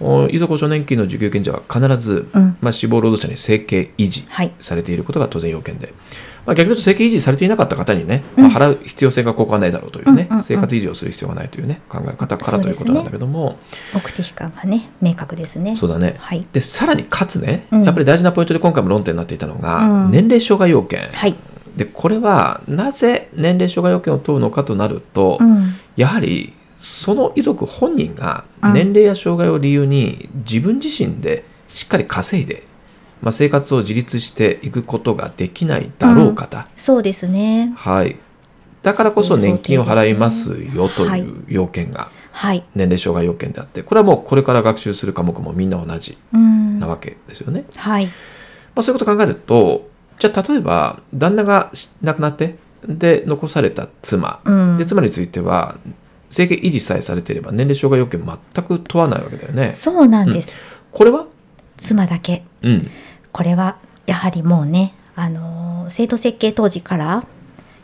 S1: お遺族保障年金の受給権者は必ず、
S2: うん
S1: まあ、死亡労働者に生計維持
S2: はい
S1: されていることが当然要件で、まあ、逆に言うと生計維持されていなかった方にね、まあ、払う必要性がここはないだろうというね、
S2: うんうんうん
S1: 生活維持をする必要がないというね考え方か
S2: そ
S1: ら
S2: う
S1: とい
S2: で
S1: う
S2: す
S1: こ
S2: ね
S1: となんだけども
S2: 目的感がね、明確ですね。
S1: そう,、だね、
S2: はい
S1: でさらにかつね、
S2: うん
S1: やっぱり大事なポイントで今回も論点になっていたのが、
S2: うん
S1: 年齢障害要件、
S2: はい、
S1: でこれはなぜ年齢障害要件を問うのかとなると、
S2: うん、
S1: やはりその遺族本人が
S2: うん
S1: 年齢や障害を理由に自分自身でしっかり稼いで、まあ、生活を自立していくことができないだろう方、
S2: そうですね。
S1: はい、だからこそ年金を払いますよと
S2: はいいう
S1: 要件が
S2: はい、
S1: 年齢障害要件であってこれはもうこれから学習する科目もみんな同じ
S2: うん
S1: な、わけですよね。
S2: はい、
S1: まあ、そういうことを考えるとじゃあ例えば旦那がし亡くなってで残された妻
S2: うん
S1: で妻については生計維持さえされていれば年齢障害要件全く問わないわけだよね。
S2: そうなんです。
S1: これは、
S2: 妻だけ
S1: うん、
S2: これはやはりもうね、あのー制度設計当時から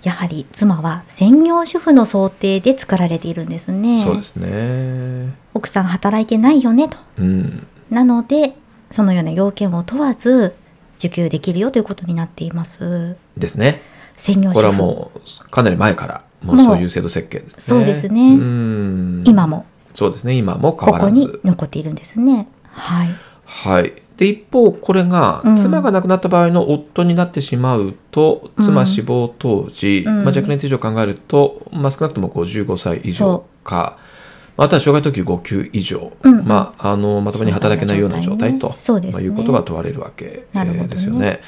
S2: やはり妻は専業主婦の想定で作られているんですね。
S1: そうですね。
S2: 奥さん働いてないよねと。
S1: うん、
S2: なのでそのような要件を問わず受給できるよということになっています。
S1: ですね。
S2: 専業主婦
S1: これはもうかなり前からもう
S2: もう
S1: そういう制度設計ですね。
S2: そうですね
S1: うん、
S2: 今も
S1: そうですね、今も変
S2: こ
S1: わ
S2: こ
S1: ら
S2: に
S1: ず。
S2: 残っているんですね。はい。
S1: はい。で、一方、これが
S2: うん、
S1: 妻が亡くなった場合の夫になってしまうと、
S2: うん
S1: 妻死亡当時、
S2: うん
S1: まあ、若年手以上考えると、まあ、少なくとも55歳以上
S2: そ
S1: か、または障害等級5級以上、
S2: うん
S1: まあ、あのまともに働けないような状態と
S2: そうですね
S1: まあ、いうことが問われるわけえ
S2: なるほどね
S1: ーですよね。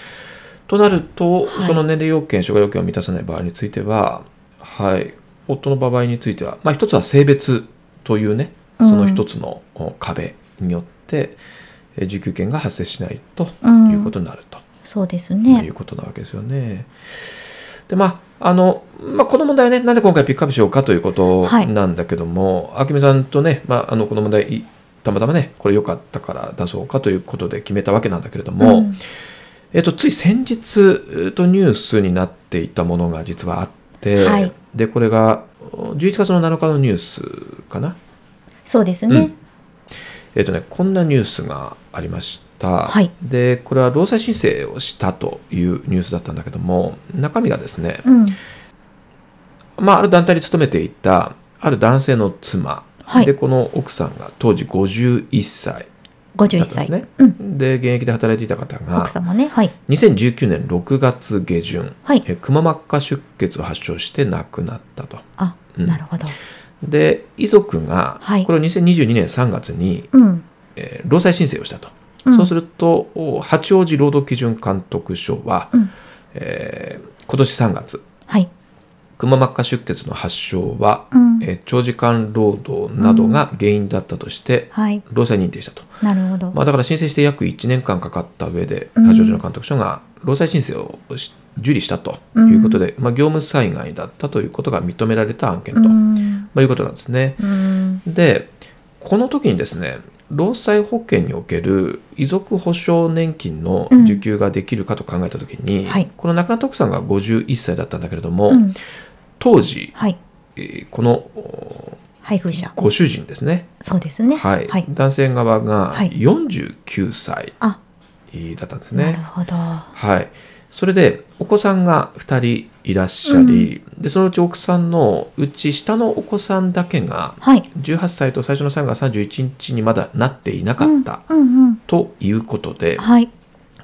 S1: となると、
S2: はい
S1: その年齢要件、障害要件を満たさない場合については、はい、夫の場合については、まあ、一つは性別というね、その一つのお壁によって、えー受給権が発生しないと
S2: うん
S1: いうことになると、
S2: そうです
S1: い
S2: ね
S1: う。ことなわけですよね。でまああのまあ、この問題はね、なんで今回ピックアップしようかということ
S2: はい
S1: なんだけども、あきみさんとね、まあ、あのこの問題、いたまたまね、これ良かったから出そうかということで決めたわけなんだけれども、
S2: うん
S1: えっと、つい先日、えっと、ニュースになっていたものが実はあって、
S2: はい
S1: でこれがお11月の7日のニュースかな、
S2: そうです
S1: う
S2: ね
S1: ん。えっとね、こんなニュースがありました、
S2: はい
S1: でこれは労災申請をしたというニュースだったんだけども中身がですね、
S2: うん。
S1: まあ、ある団体に勤めていたある男性の妻、
S2: はい
S1: でこの奥さんが当時51歳だった
S2: 51
S1: んで
S2: 歳。
S1: すね、
S2: うん。
S1: で現役で働いていた方が
S2: 奥様ね。はい。
S1: 2019年6月下旬、
S2: はい
S1: えくも膜下出血を発症して亡くなったと。
S2: あ、
S1: うん
S2: なるほど。
S1: で遺族が
S2: はい
S1: これを2022年3月に、
S2: うん。
S1: えー労災申請をしたと、
S2: うん
S1: そうするとお八王子労働基準監督署は、
S2: うん
S1: えー今年3月
S2: はい。
S1: くも膜下出血の発症は、
S2: うん
S1: えー長時間労働などが原因だったとして、
S2: はい。
S1: 労災認定したと、
S2: なるほど。
S1: まあ、だから申請して約1年間かかった上で、
S2: うん
S1: 八王子の監督署が労災申請をし受理したということで、まあ、業務災害だったということが認められた案件
S2: う
S1: と、ま
S2: ん。
S1: あ、いうことなんですね。
S2: うん。
S1: で、この時にですね、労災保険における遺族保障年金の受給ができるかと考えた時に、
S2: んはい
S1: この亡くなった奥さんが51歳だったんだけれども、
S2: うん
S1: 当時、
S2: はい。
S1: えーこのお
S2: 配偶者。
S1: ご主人ですね、
S2: そうですね。
S1: はい男性側が
S2: はい
S1: 49歳
S2: あ、
S1: だったんですね。
S2: なるほど。
S1: はい、それでお子さんが2人いらっしゃり、でそのうち奥さんのうち下のお子さんだけが
S2: はい。
S1: 18歳と最初の3月31日にまだなっていなかった、
S2: うんうん。
S1: ということで、
S2: はい。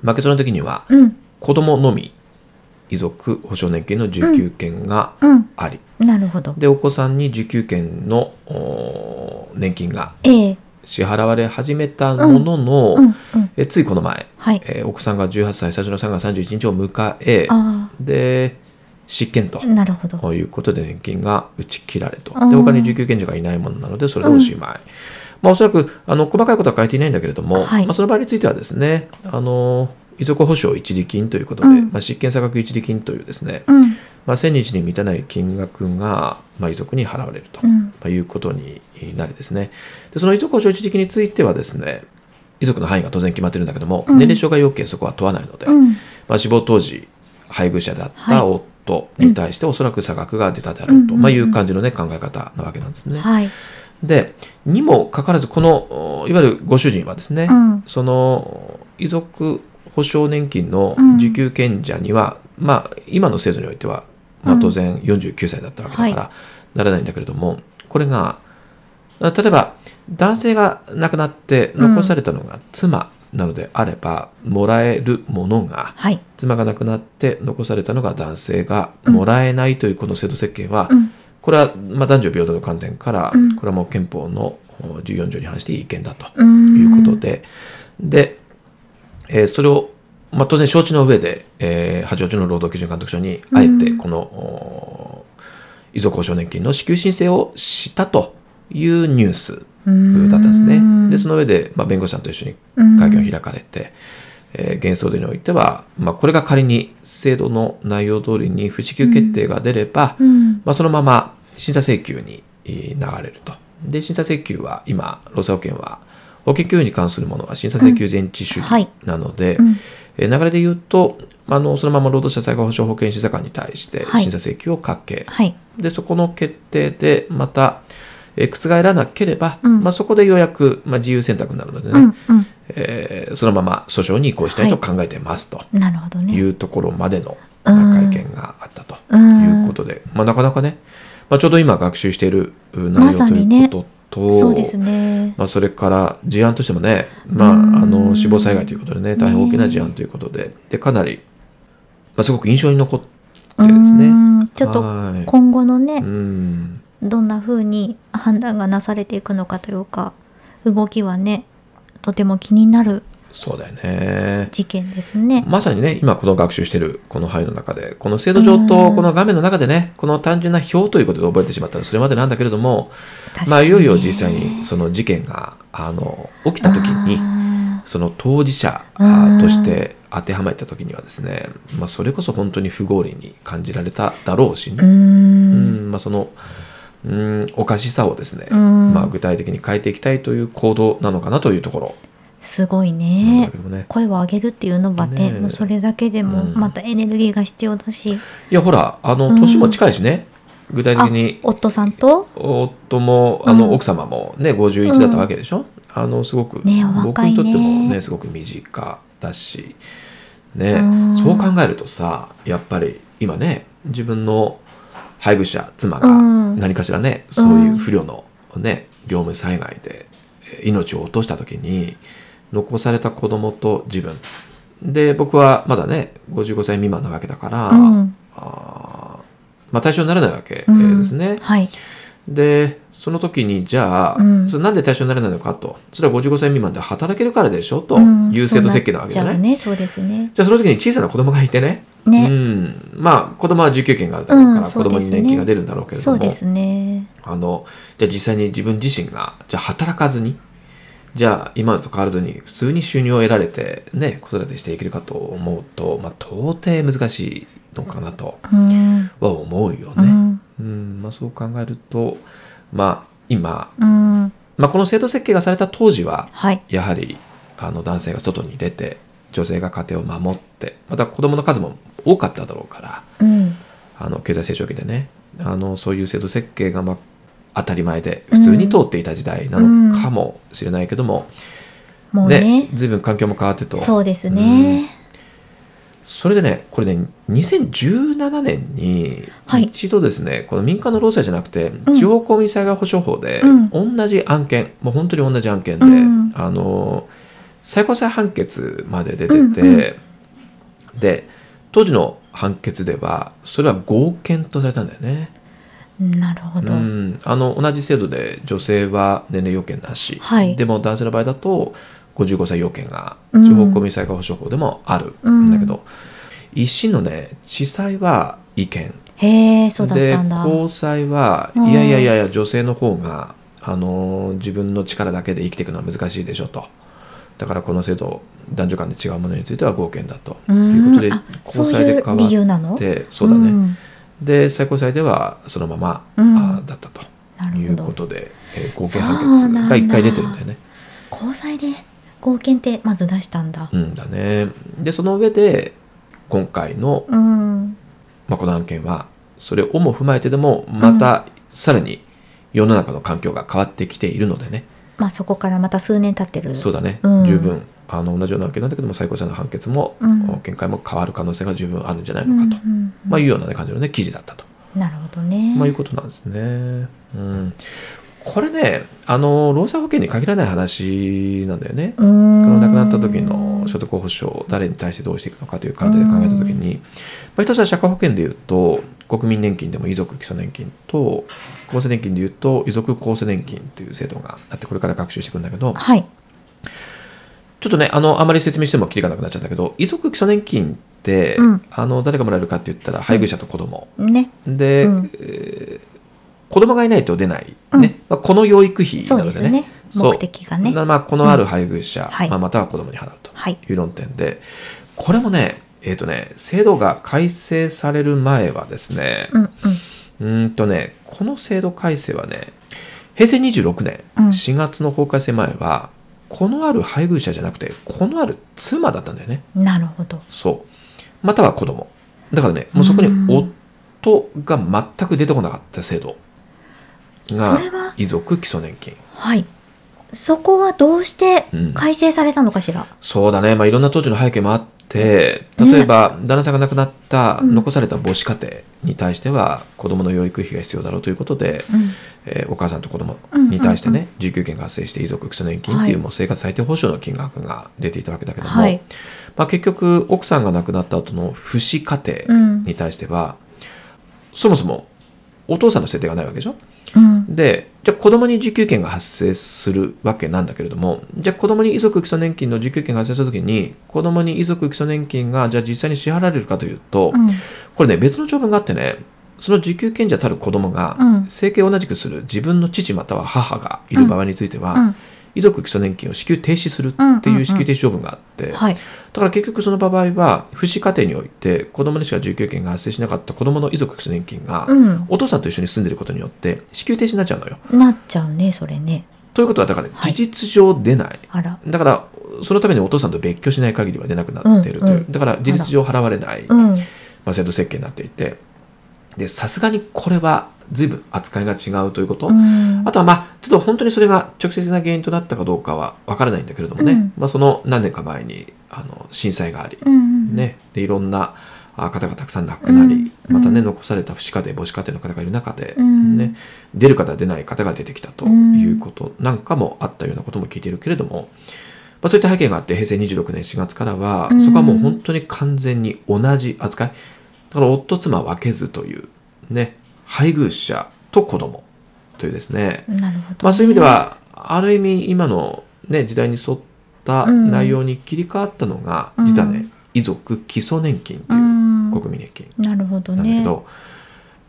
S1: まあ、結論的には
S2: うん。
S1: 子供のみ遺族保障年金の受給権が
S2: うん。
S1: あり、
S2: なるほど。
S1: でお子さんに受給権のお年金が
S2: ええ。
S1: 支払われ始めたものの、
S2: うんうん。
S1: えついこの前、
S2: はい。
S1: えー奥さんが18歳最初の3月31日を迎え
S2: あ
S1: で失権と
S2: あ、なるほど。
S1: いうことで年金が打ち切られと
S2: あー
S1: で他に受給権者がいないものなのでそれでおしまい、まあ、おそらくあの細かいことは変えていないんだけれども、
S2: はい
S1: まあ、その場合についてはですねあの遺族保障一時金ということで、
S2: うん
S1: まあ、失権差額一時金というですね、
S2: うん。
S1: まあ、1000日に満たない金額が、まあ、遺族に払われると、
S2: うん。
S1: まあいうことになりですねでその遺族保障一時金についてはですね遺族の範囲が当然決まってるんだけども、
S2: うん
S1: 年齢障害要件そこは問わないので、
S2: うん。
S1: まあ、死亡当時配偶者であっ
S2: はい
S1: た夫に対しておそらく差額が出たであろうと、
S2: うんうんうん
S1: まあ、いう感じの、ね、考え方なわけなんですね。
S2: はい。
S1: でにもかかわらずこのおいわゆるご主人はですね、
S2: うん
S1: その遺族保障年金の
S2: うん
S1: 受給権者には、まあ、今の制度においては、ま
S2: う
S1: あ、
S2: ん
S1: 当然49歳だったわけだから、
S2: は
S1: ならないんだけれどもこれがあ例えば男性が亡くなって残されたのが妻なのであれば、もらえるものが
S2: はい。
S1: 妻が亡くなって残されたのが男性がもらえないというこの制度設計は、
S2: うん。
S1: これはまあ男女平等の観点から、
S2: うん
S1: これはもう憲法のお14条に反して違憲だと
S2: うーん。
S1: いうことで、で、えーそれを、まあ、当然承知の上で、えー八王子の労働基準監督署にあえて
S2: うん
S1: この、お遺族保障年金の支給申請をしたというニュース
S2: うーん。
S1: だったんですね。で、そ
S2: の
S1: の上で、まあ、弁護士さんと一緒に
S2: 会
S1: 会見を開かれて、えー幻想でにおいては、まあ、これが仮に制度の内容通りに不支給決定が出れば、
S2: うん。
S1: まあ、そのまま審査請求にえー流れると。で、審査請求は今、労災保険は、保険給与に関するものは審査請求前置主
S2: うんはい
S1: 義なので、
S2: うん
S1: えー流れで言うと、あのそのまま労働者災害保障保険審査官に対して
S2: はい
S1: 審査請求をかけ、
S2: はい。
S1: でそこの決定でまた、えー覆らなければ、
S2: うん
S1: まあ、そこでようやく、まあ、自由選択になるのでね、
S2: うん。うん。
S1: えーそのまま訴訟に移行したいと考えていますと
S2: なるほど
S1: い
S2: ね。
S1: うところまでの
S2: うん
S1: まあ会見があったということで、まあ、なかなかね、まあ、ちょうど今学習しているう内
S2: ま
S1: 容
S2: さ
S1: と
S2: にね
S1: いうことと、
S2: そうですね。
S1: まあ、それから事案としてもね、まあ、あの死亡災害ということでね大変大きな事案ということで,、でかなり、まあ、すごく印象に残ってです
S2: う
S1: ね。
S2: ーんちょっと
S1: はい
S2: 今後のね
S1: う、ん
S2: どんな風に判断がなされていくのかというか、動きはね、とても気になる
S1: そうだよね。
S2: 事件ですね。
S1: まさにね、今この学習してるこの範囲の中で、この制度上
S2: う
S1: と
S2: ん
S1: この画面の中でね、この単純な表ということで覚えてしまったらそれまでなんだけれども、
S2: 確かに
S1: まあいよいよ実際にその事件があの起きた時に、
S2: あ
S1: その当事者
S2: う
S1: あ
S2: ん
S1: として当てはめた時にはですね、まあそれこそ本当に不合理に感じられただろうしね
S2: ーうー。
S1: うんんまあ、その、うん、おかしさをですね、
S2: うん
S1: まあ、具体的に変えていきたいという行動なのかなというところ
S2: すごい
S1: なんだ
S2: ね
S1: け。どもね。
S2: 声を上げるっていうのはね、
S1: ねえ
S2: もうそれだけでも
S1: うん
S2: またエネルギーが必要だし、
S1: いやほらあ
S2: う
S1: の
S2: ん
S1: 年も近いしね、具体的
S2: あ
S1: に
S2: 夫さんと
S1: 夫もあの、
S2: うん
S1: 奥様もね51だったわけでしょ、あのすごく、
S2: ねお
S1: 僕
S2: 若いね
S1: にとってもねすごく身近だし、ね
S2: うん
S1: そう考えるとさやっぱり今ね自分の配偶者妻が
S2: うん
S1: 何かしらね、そういう不慮の、ね、業務災害でえー命を落とした時に残された子供と自分で僕はまだね55歳未満なわけだから、
S2: うん
S1: あーまあ、対象にならないわけえ
S2: う
S1: ー
S2: ん
S1: ですね。
S2: はい。
S1: でその時にじゃあ、
S2: うん
S1: それなんで対象にならないのかとそれは55歳未満で働けるからでしょと
S2: うん
S1: いう制度設計なわけじゃない、
S2: そうっちうね、そうですね。
S1: じゃあその時に小さな子供がいてねう
S2: ね、
S1: ん、まあ子供は自給権があるだろうから、
S2: うんそ
S1: 子
S2: うです
S1: 供
S2: ね
S1: に年金が出るんだろうけれど
S2: そ
S1: も、
S2: うですね。
S1: あのじゃあ実際に自分自身がじゃあ働かずにじゃあ今と変わらずに普通に収入を得られてね子育てしていけるかと思うと、まあ、到底難しいのかなと
S2: うん。
S1: は思うよ
S2: う
S1: ね。
S2: ん。
S1: うんまあ、そう考えると、まあ、今、
S2: うん。
S1: まあ、この制度設計がされた当時は
S2: はい。
S1: やはりあの男性が外に出て女性が家庭を守ってまた子供の数も多かっただろうから。
S2: うん。
S1: あの経済成長期でねあのそういう制度設計が、まあ、当たり前で普通に通っていた時代なのかもしれないけども、
S2: もう
S1: ね
S2: ね。
S1: 随分環境も変わってと
S2: そうですね。
S1: それでねこれね2017年に
S2: はい
S1: 一度ですね、この民間の労災じゃなくて
S2: ん
S1: 地方公務員災害保障法で、同じ案件もう本当に同じ案件で、
S2: うん
S1: あの最高裁判決まで出てて、
S2: うんうん
S1: で当時の判決ではそれは合憲とされたんだよね。
S2: なるほど。
S1: うん、あの同じ制度で女性は年齢要件なし、
S2: はい
S1: でも男性の場合だと55歳要件が地方公務員災害保障法でもあるんだけど、一審のね地裁は違憲
S2: へえ、そうだったんだ。
S1: で高裁は
S2: うん
S1: いやいやいやいや女性の方があのー自分の力だけで生きていくのは難しいでしょとだからこの制度男女間で違うものについては合憲だということで
S2: うんあ
S1: 高裁で
S2: そういう理
S1: 変
S2: 由
S1: わ
S2: な
S1: っ
S2: の
S1: てそうだね、
S2: ん
S1: で最高裁ではそのまま、
S2: うん
S1: あだったと
S2: な
S1: いう
S2: る
S1: こ
S2: ほど。
S1: とで、えー合計判決が1回出てるんだよね。
S2: 交際で合憲ってまず出したんだ
S1: う。んだねでその上で今回の、
S2: うん。
S1: まあ、この案件はそれをも踏まえてでもまたさらに世の中の環境が変わってきているのでね、
S2: まあそこからまた数年経ってる。
S1: そうだね、
S2: うん
S1: 十分あの同じような案件なんだけども最高裁の判決も、
S2: うん
S1: 見解も変わる可能性が十分あるんじゃない
S2: うんう
S1: の
S2: ん
S1: かと、まあ、いうような、ね、感じの、ね、記事だったと。
S2: なるほどね。
S1: まあ、いうことなんですね。うん、これねあの労災保険に限らない話なんだよね。
S2: うーん
S1: この亡くなった時の所得保障を誰に対してどうしていくのかという観点で考えた時に、まあ、一つは社会保険でいうと国民年金でも遺族基礎年金と厚生年金でいうと遺族厚生年金という制度があってこれから学習していくんだけど
S2: はい。
S1: ちょっとねあのあまり説明してもきりがなくなっちゃうんだけど遺族基礎年金って、
S2: うん
S1: あの誰がもらえるかって言ったら配偶者と子供、
S2: ね。
S1: で、
S2: うん
S1: えー子供がいないと出ない、ね
S2: うん
S1: まあ、この養育費な
S2: そう
S1: の
S2: で
S1: ですね
S2: よね。
S1: そう
S2: 目的がね。
S1: なまあ、このある配偶者、
S2: はい
S1: まあ、または子供に払うと
S2: はい
S1: いう論点で、これもね,、えーとね制度が改正される前はですね、
S2: うんうん。
S1: うーんとねこの制度改正はね平成26年
S2: うん
S1: 4月の法改正前は、このある配偶者じゃなくてこのある妻だったんだよね
S2: なるほど。
S1: そうまたは子供だからねもうそこに
S2: うん
S1: 夫が全く出てこなかった制度
S2: それ
S1: が
S2: は、
S1: 遺族基礎年金
S2: はい。そこはどうして
S1: うん
S2: 改正されたのかしら。
S1: そうだね、まあ、いろんな当時の背景もあっって例えば、旦那さんが亡くなった残された母子家庭に対しては、子供の養育費が必要だろうということで、
S2: うん
S1: えーお母さんと子供
S2: うん
S1: に対して
S2: うん
S1: ね、受給権が発生して遺族基礎年金っていう,、
S2: はい
S1: もう生活最低保障の金額が出ていたわけだけども、
S2: はい
S1: まあ、結局奥さんが亡くなった後の不死家
S2: う
S1: 庭
S2: ん
S1: に対しては、そもそもお父さんの設定がないわけでしょ
S2: うん
S1: でじゃあ子供に受給権が発生するわけなんだけれどもじゃあ子供に遺族基礎年金の受給権が発生するときに子供に遺族基礎年金がじゃあ実際に支払われるかというと、
S2: うん
S1: これね別の条文があってねその受給権者たる子供が
S2: うん
S1: 生計を同じくする自分の父または母がいる場合については、
S2: うん
S1: 遺族基礎年金を支給停止するって
S2: うんうんう
S1: い
S2: ん
S1: う支給停止条文があって、
S2: はい
S1: だから結局その場合は不死家庭において子供にしか受給権が発生しなかった子供の遺族基礎年金が、
S2: うん
S1: お父さんと一緒に住んでることによって支給停止になっちゃうのよ。
S2: なっちゃうねそれね
S1: ということはだから
S2: はい
S1: 事実上出ない、
S2: あら
S1: だからそのためにお父さんと別居しない限りは出なくなっているという、
S2: うんうん
S1: だから事実上払われない、
S2: う
S1: ま
S2: ん
S1: あ、制度設計になっていてでさすがにこれは随分扱いが違うということ、
S2: うん
S1: あとはまあちょっと本当にそれが直接な原因となったかどうかはわからないんだけれどもね、
S2: うん
S1: まあ、その何年か前にあの震災があり、
S2: うんうん
S1: ね、でいろんなあ方がたくさん亡くなり、
S2: うん
S1: またね
S2: うん
S1: 残された不死家庭母子家庭の方がいる中で、
S2: うん
S1: ね、出る方出ない方が出てきたということなんかもあったようなことも聞いているけれども、まあ、そういった背景があって平成26年4月からは
S2: うん
S1: そこはもう本当に完全に同じ扱いだから夫妻分けずという、ね、配偶者と子供というですね、
S2: なるほど
S1: まあ、そういう意味ではある意味今の、ね、時代に沿った
S2: うん
S1: 内容に切り替わったのが、
S2: うん
S1: 実はね遺族基礎年金と
S2: う
S1: いうん国民年金
S2: なるほど
S1: なんだけ
S2: ね
S1: ど、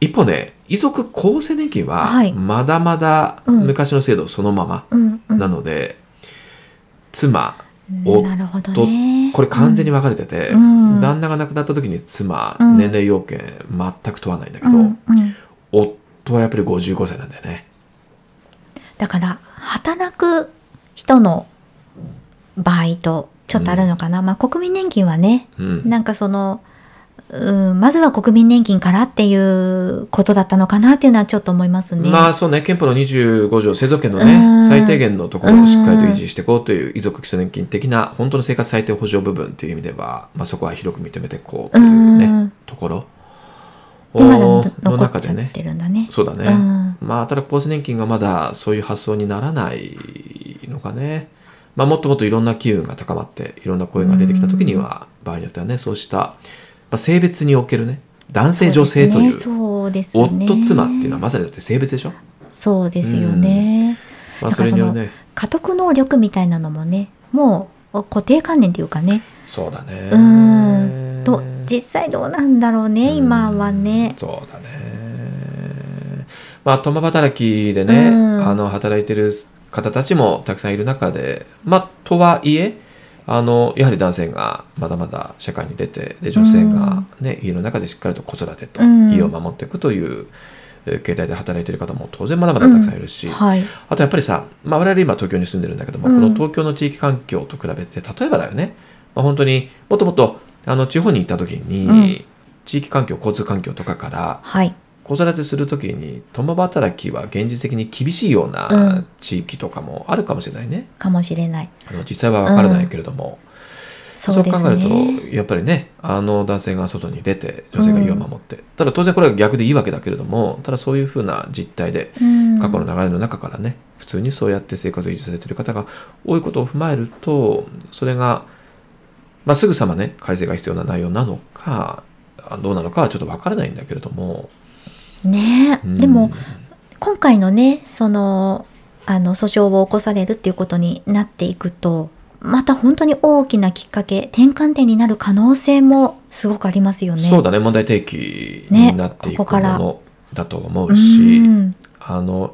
S1: 一方ね遺族厚生年金は
S2: はい
S1: まだまだ
S2: うん
S1: 昔の制度そのまま
S2: うんうん
S1: なので、妻夫
S2: なるほどね
S1: これ完全に分かれてて、
S2: うんうん
S1: 旦那が亡くなった時に妻、
S2: うん
S1: 年齢要件全く問わないんだけ
S2: う
S1: ど、
S2: んうん
S1: 夫はやっぱり55歳なんだよね。
S2: だから働く人の場合とちょっとあるのかな、まあ国民年金はね
S1: うん
S2: なんかその、うん、まずは国民年金からっていうことだったのかなっていうのはちょっと思いますね。
S1: まあそうね、憲法の25条、生存権の
S2: うん
S1: ね、最低限のところをしっかりと維持していこうという遺族基礎年金的な、本当の生活最低保障部分という意味では、まあ、そこは広く認めていこうという
S2: う
S1: ね
S2: ん、
S1: ところ
S2: 今だと
S1: の
S2: 残っ
S1: 中
S2: ち
S1: で
S2: ゃっ
S1: ね、
S2: てるんだね。
S1: そうだね、
S2: うん
S1: まあただ厚生年金がまだそういう発想にならないのかね、まあ、もっともっといろんな機運が高まって、いろんな声が出てきたときには、場合によってはね、そうした、まあ、性別におけるね、男性、女性という。
S2: そうですね。そうですね
S1: 夫妻っていうのはまさにだって性別でしょ、
S2: そうですよね。
S1: まあ、
S2: だ
S1: そ
S2: から
S1: れ
S2: そ
S1: によ
S2: の
S1: るね
S2: 家督能力みたいなのもね、もう固定観念というかね。
S1: そうだね。
S2: うん。と実際どうなんだろうね、今はね。
S1: そうだね。まあ、共働きでね、
S2: うん
S1: あの働いてる方たちもたくさんいる中で、まあ、とはいえ、あのやはり男性がまだまだ社会に出てで女性が、ね家の中でしっかりと子育てと
S2: うん
S1: 家を守っていくという、えー形態で働いている方も当然まだまだたくさんいるし、
S2: はい。
S1: あとやっぱりさ、まあ、我々今東京に住んでるんだけども、
S2: うん
S1: この東京の地域環境と比べて例えばだよね、まあ、本当にもっともっとあの地方に行った時に、
S2: うん
S1: 地域環境交通環境とかから
S2: はい。
S1: 子育てする時に共働きは現実的に厳しいよう
S2: う
S1: なん地域とかもあるかもしれないね、
S2: かもしれない。
S1: あの実際は分からないけれども、
S2: そうです
S1: 考える
S2: ね。
S1: とやっぱりねあの男性が外に出て女性が家を守って、ただ当然これは逆でいいわけだけれどもただそういうふうな実態で
S2: うん
S1: 過去の流れの中からね普通にそうやって生活を維持されている方が多いことを踏まえるとそれが、まあ、すぐさまね改正が必要な内容なのかあどうなのかはちょっとわからないんだけれども、
S2: ねえ、
S1: うん
S2: でも今回のねそのあの訴訟を起こされるっていうことになっていくとまた本当に大きなきっかけ転換点になる可能性もすごくありますよね。
S1: そうだね問題提起になってい
S2: ね
S1: く
S2: ここ
S1: も
S2: から
S1: のだと思
S2: う
S1: うし、
S2: ん
S1: あの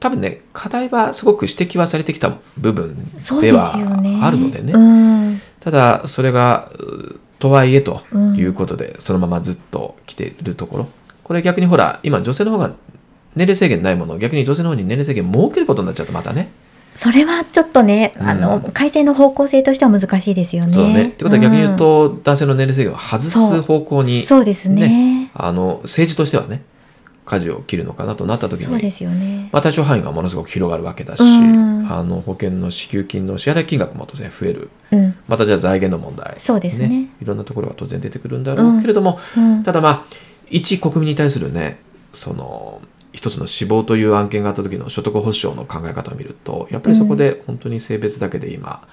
S1: 多分ね課題はすごく指摘はされてきた部分
S2: そうで
S1: ですは
S2: よね。
S1: あるのでね
S2: うん
S1: ただそれがうとはいえと
S2: うん
S1: いうことで、そのままずっと来ているところこれ逆にほら今女性の方が年齢制限ないものを逆に女性の方に年齢制限設けることになっちゃうとまたね。
S2: それはちょっとね、あの
S1: う
S2: 改正の方向性としては難しいですよね。
S1: そうだねってことは逆に言うと、男性の年齢制限を外す方向
S2: うん
S1: に、
S2: そうですね。
S1: あの政治としてはね舵を切るのかなとなった時
S2: そうで
S1: に、
S2: すよね。
S1: まあ、対象範囲がものすごく広がるわけだし、
S2: うん
S1: あの保険の支給金の支払い金額も当然増える
S2: うん。
S1: またじゃあ財源の問題、
S2: そうですね
S1: いろんなところが当然出てくるんだろうけれども、
S2: うんうん
S1: ただまあ一国民に対するねその一つの死亡という案件があった時の所得保障の考え方を見るとやっぱりそこで本当に性別だけで今、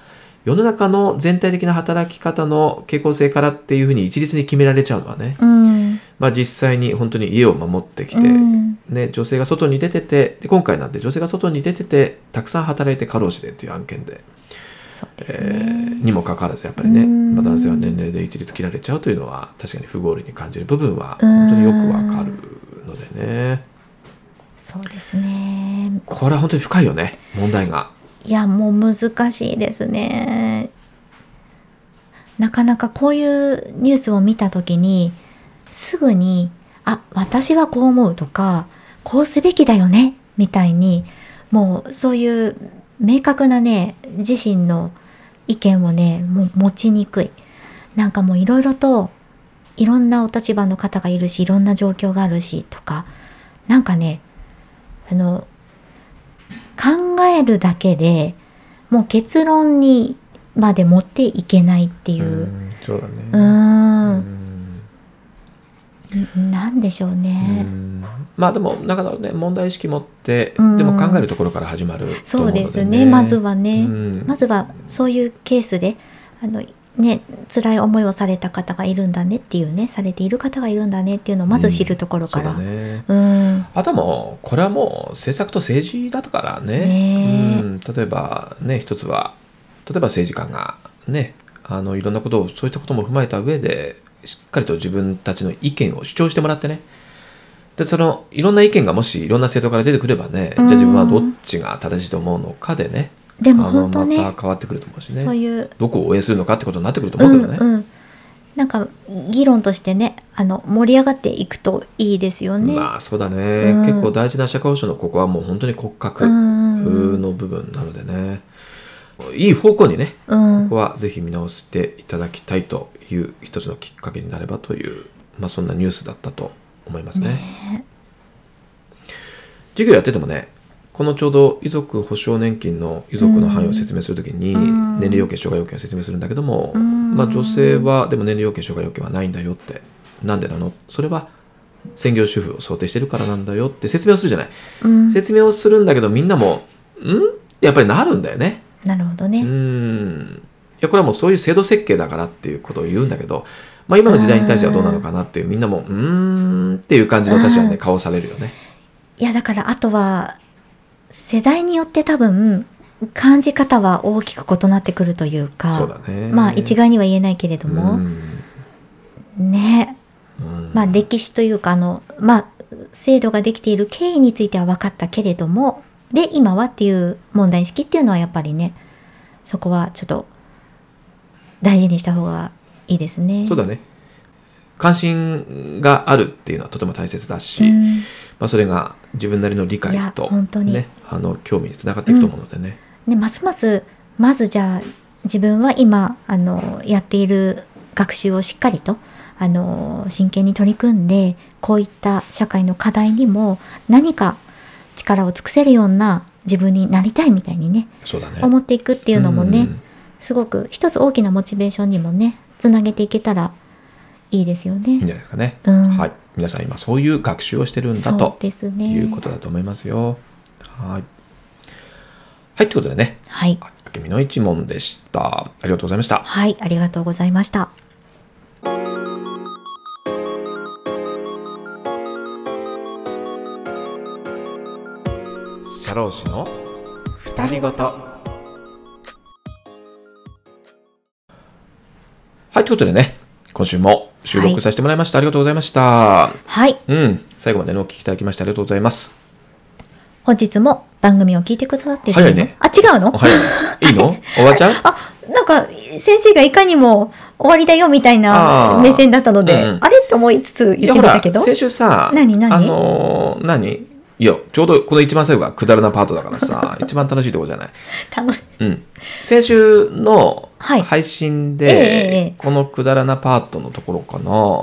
S1: 世の中の全体的な働き方の傾向性からっていうふうに一律に決められちゃうのはね、
S2: うん。
S1: まあ、実際に本当に家を守ってきて、
S2: うん
S1: ね、女性が外に出ててで今回なんて女性が外に出ててたくさん働いて過労死でっていう案件で
S2: そう
S1: え
S2: です
S1: ー
S2: ね。
S1: にもかかわらずやっぱりね、
S2: うん
S1: まあ、男性は年齢で一律切られちゃうというのは確かに不合理に感じる部分は本当によくわかるのでね
S2: そうですね。
S1: これは本当に深いよね問題が
S2: いや、もう難しいですね。なかなかこういうニュースを見たときに、すぐに、あ、私はこう思うとか、こうすべきだよね、みたいに、もうそういう明確なね、自身の意見をね、もう持ちにくい。なんかもういろいろと、いろんなお立場の方がいるし、いろんな状況があるし、とか、なんかね、あの、考えるだけでもう結論にまで持っていけないっていう
S1: そうだね
S2: うーんなんでしょう
S1: う
S2: ね、
S1: んまあでもなんかだろうね問題意識持って
S2: うん
S1: でも考えるところから始まると思うので、ね、
S2: そうですねまずはね、
S1: うん
S2: まずはそういうケースであのね辛い思いをされた方がいるんだねっていうねされている方がいるんだねっていうのをまず知るところから、
S1: うんそうだね
S2: うん
S1: あとはもうこれはもう政策と政治だからね
S2: ねえ
S1: うん、例えばね一つは例えば政治家がねあのいろんなことをそういったことも踏まえた上でしっかりと自分たちの意見を主張してもらってねでそのいろんな意見がもしいろんな政党から出てくればねじゃあ自分はどっちが正しいと思うのかでね
S2: でも
S1: あの
S2: 本当ね
S1: また変わってくると思うしね
S2: そういう
S1: どこを応援するのかってことになってくると思うけどね、
S2: うんうん、なんか議論としてねあの盛り上がっていくといいですよね、
S1: まあそうだね、
S2: うん
S1: 結構大事な社会保障のここはもう本当に骨格
S2: うん
S1: の部分なのでね、いい方向にね、
S2: うん
S1: ここはぜひ見直していただきたいという一つのきっかけになればという、まあ、そんなニュースだったと思いますね。授業やっててもねこのちょうど遺族保障年金の遺族の範囲を説明するときに
S2: ん
S1: 年齢要件障害要件を説明するんだけども、
S2: ん
S1: まあ、女性はでも年齢要件障害要件はないんだよってなんでなのそれは専業主婦を想定してるからなんだよって説明をするじゃない、
S2: うん
S1: 説明をするんだけどみんなも「ん?」ってやっぱりなるんだよね。
S2: なるほどね、
S1: うんいやこれはもうそういう制度設計だからっていうことを言うんだけど、まあ、今の時代に対してはどうなのかなっていうみんなも「うーん」っていう感じの確かにね顔をされるよね。
S2: いやだからあとは世代によって多分感じ方は大きく異なってくるというか
S1: そうだね
S2: まあ一概には言えないけれども、
S1: ん
S2: ね
S1: うん
S2: まあ歴史というかあのまあ制度ができている経緯については分かったけれどもで今はっていう問題意識っていうのはやっぱりねそこはちょっと大事にした方がいいですね。
S1: そうだね関心があるっていうのはとても大切だし、
S2: うん
S1: まあ、それが自分なりの理解
S2: いや
S1: と、
S2: 本当に
S1: ね、あの興味につながっていくと思うのでね、
S2: でますますまずじゃあ自分は今あのやっている学習をしっかりとあの真剣に取り組んでこういった社会の課題にも何か力を尽くせるような自分になりたいみたいにね
S1: そうだね
S2: 思っていくっていうのも
S1: う
S2: ね
S1: ん
S2: すごく一つ大きなモチベーションにもねつなげていけたらいいですよ
S1: いいんじ
S2: ね。
S1: ゃないですかね、
S2: うん
S1: はい皆さん今そういう学習をしてるんだ
S2: そう
S1: と
S2: ですね。
S1: いうことだと思いますよはいはいということでね
S2: はい。
S1: あけみの一問でしたありがとうございました
S2: はい、ありがとうございました。
S1: 社労士の
S3: 二人ごと
S1: はいということでね今週も収録させてもらいました、ありがとうございました
S2: はい。
S1: うん、最後までねお聞きいただきましてありがとうございます。
S2: 本日も番組を聞いてくださってる
S1: 早いね
S2: あ、違うの
S1: おはよ う。いいのおばちゃん
S2: あ、なんか、先生がいかにも終わりだよみたい
S1: あ
S2: な
S1: ー
S2: 目線だったので、
S1: うんうん
S2: あれって思いつつ
S1: い
S2: 言
S1: や
S2: って
S1: ほ
S2: みた
S1: ら
S2: けど。
S1: 先週さ、
S2: 何何
S1: あのー何いや、ちょうどこの一番最後がくだらなパートだからさ、 一番楽しいとこじゃない。
S2: 楽し
S1: うん。先週の
S2: はい
S1: 配信
S2: えええええ
S1: で
S2: え、
S1: このくだらなパートのところか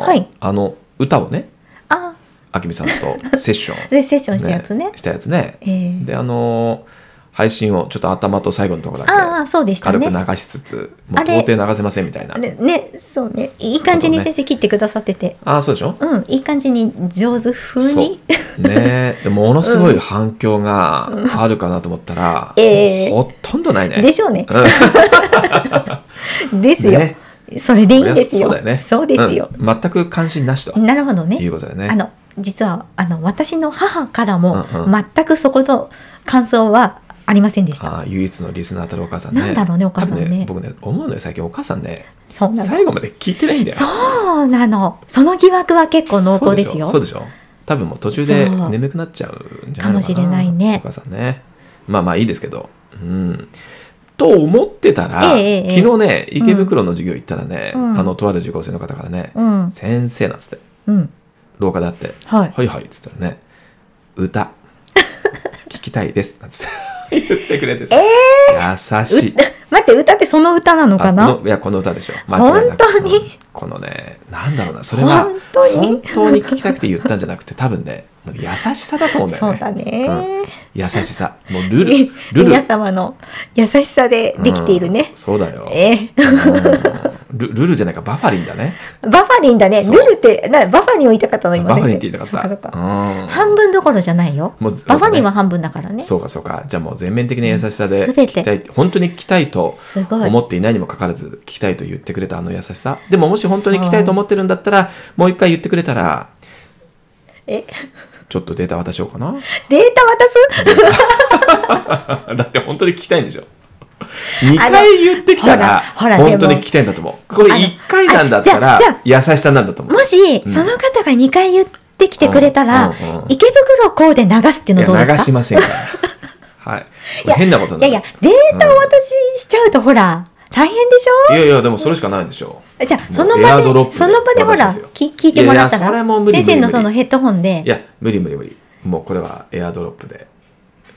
S1: な、
S2: い
S1: あの、歌をね、
S2: あ、
S1: あきみさん とセッション
S2: でセッションしたやつね
S1: したやつね、
S2: ええ
S1: であのー配信をちょっと頭と最後のところ
S2: あ
S1: だ
S2: あそうでし
S1: け
S2: た
S1: 軽く
S2: ね
S1: 流しつつ、も
S2: あ
S1: う
S2: れ
S1: 到底流せませんみたいな
S2: あれねそうねいい感じに先生切ってくださってて、
S1: ああそうでしょ
S2: うんいい感じに上手風に
S1: そうねえでものすごい反響があるかなと思ったら、
S2: ええ
S1: ほとんどないね
S2: でしょうね
S1: うん
S2: ですよ、
S1: ね
S2: それでいいんです
S1: そ
S2: よ
S1: うだよね
S2: そうですよ、
S1: うん全く関心なしと
S2: なるほどね
S1: いうことだよね
S2: あの実はあの私の母から
S1: うん
S2: も
S1: う
S2: 全くそこの感想はありませんでした、
S1: ああ唯一のリスナーたるお母さんね
S2: なんだろうねお母さんね
S1: 多分僕ね思うのよ最近お母さんね
S2: そうなの
S1: 最後まで聞いてないんだよ
S2: そうなのその疑惑は結構濃厚ですよ
S1: そうでしょそうでしょ多分もう途中で
S2: そう
S1: 眠くなっちゃうんじゃないのかな
S2: かもしれないね
S1: お母さんねまあまあいいですけどうんと思ってたら、
S2: ええええ
S1: 昨日ね池袋の授業行ったらね、
S2: うん
S1: あのとある受講生の方からね、
S2: うん
S1: 先生なんつって
S2: うん
S1: 廊下であって
S2: はい
S1: はいはい」っつったらね「 歌聞きたいです」なんつって言ってくれてさ、優しいう
S2: 待って歌ってその歌なのか
S1: あ
S2: な
S1: このいやこの歌でしょ間違いなく
S2: 本当に
S1: うんこのねなんだろうなそれは
S2: 本当に
S1: 本当に聞きたくて言ったんじゃなくて多分ね優しさだと思うんだよ
S2: そ
S1: ね
S2: うだね、
S1: うん優しさもうルルルル
S2: 皆様の優しさでできているね
S1: うん、そうだよ、
S2: ええ
S1: うんルルルじゃないかバファリンだね
S2: バファリンだね
S1: そう
S2: ルルってなバファリンを言いたかったの今
S1: バファリンって
S2: 先
S1: 言い
S2: 生
S1: たかった
S2: そっかそっか
S1: うん
S2: 半分どころじゃないよ
S1: もうず
S2: バファリンは半分だからね
S1: そうかそうかじゃあもう全面的な優しさで
S2: うん
S1: 聞
S2: 全て
S1: きたい本当に聞きたいと
S2: すごい
S1: 思っていないにもかかわらず聞きたいと言ってくれたあの優しさでももし本当に聞きたいと思ってるんだったらもう一回言ってくれたら
S2: え
S1: ちょっとデータ渡しようかな
S2: データ渡す
S1: だって本当に聞きたいんでしょ2
S2: あの
S1: 回言ってきたら
S2: ほらほらでも
S1: 本当に聞きたいんだと思うこれ
S2: あの
S1: 1回なんだった
S2: あ
S1: ら
S2: じゃあ
S1: 優しさなんだと思う
S2: もし
S1: うん
S2: その方が2回言ってきてくれたら、
S1: うんうんうん
S2: 池袋こうで流すっていう
S1: い
S2: のどう
S1: や流
S2: ですか
S1: しませんから はいこれ変なことに
S2: い
S1: な
S2: や
S1: る
S2: いやデータを渡ししちゃうとほら大変でしょ
S1: いやいやでもそれしかないでしょ
S2: じゃあそ
S1: も
S2: の
S1: う
S2: 場
S1: エア
S2: で
S1: ドロップで
S2: その場でほ
S1: 渡しま
S2: ら
S1: すよ
S2: き聞いてもらった
S1: いやいやそれ
S2: ら
S1: はもう無理無
S2: 先
S1: 理無理
S2: 生のそのヘッドホン
S1: い
S2: で
S1: や無理無理無理もうこれはエアドロップで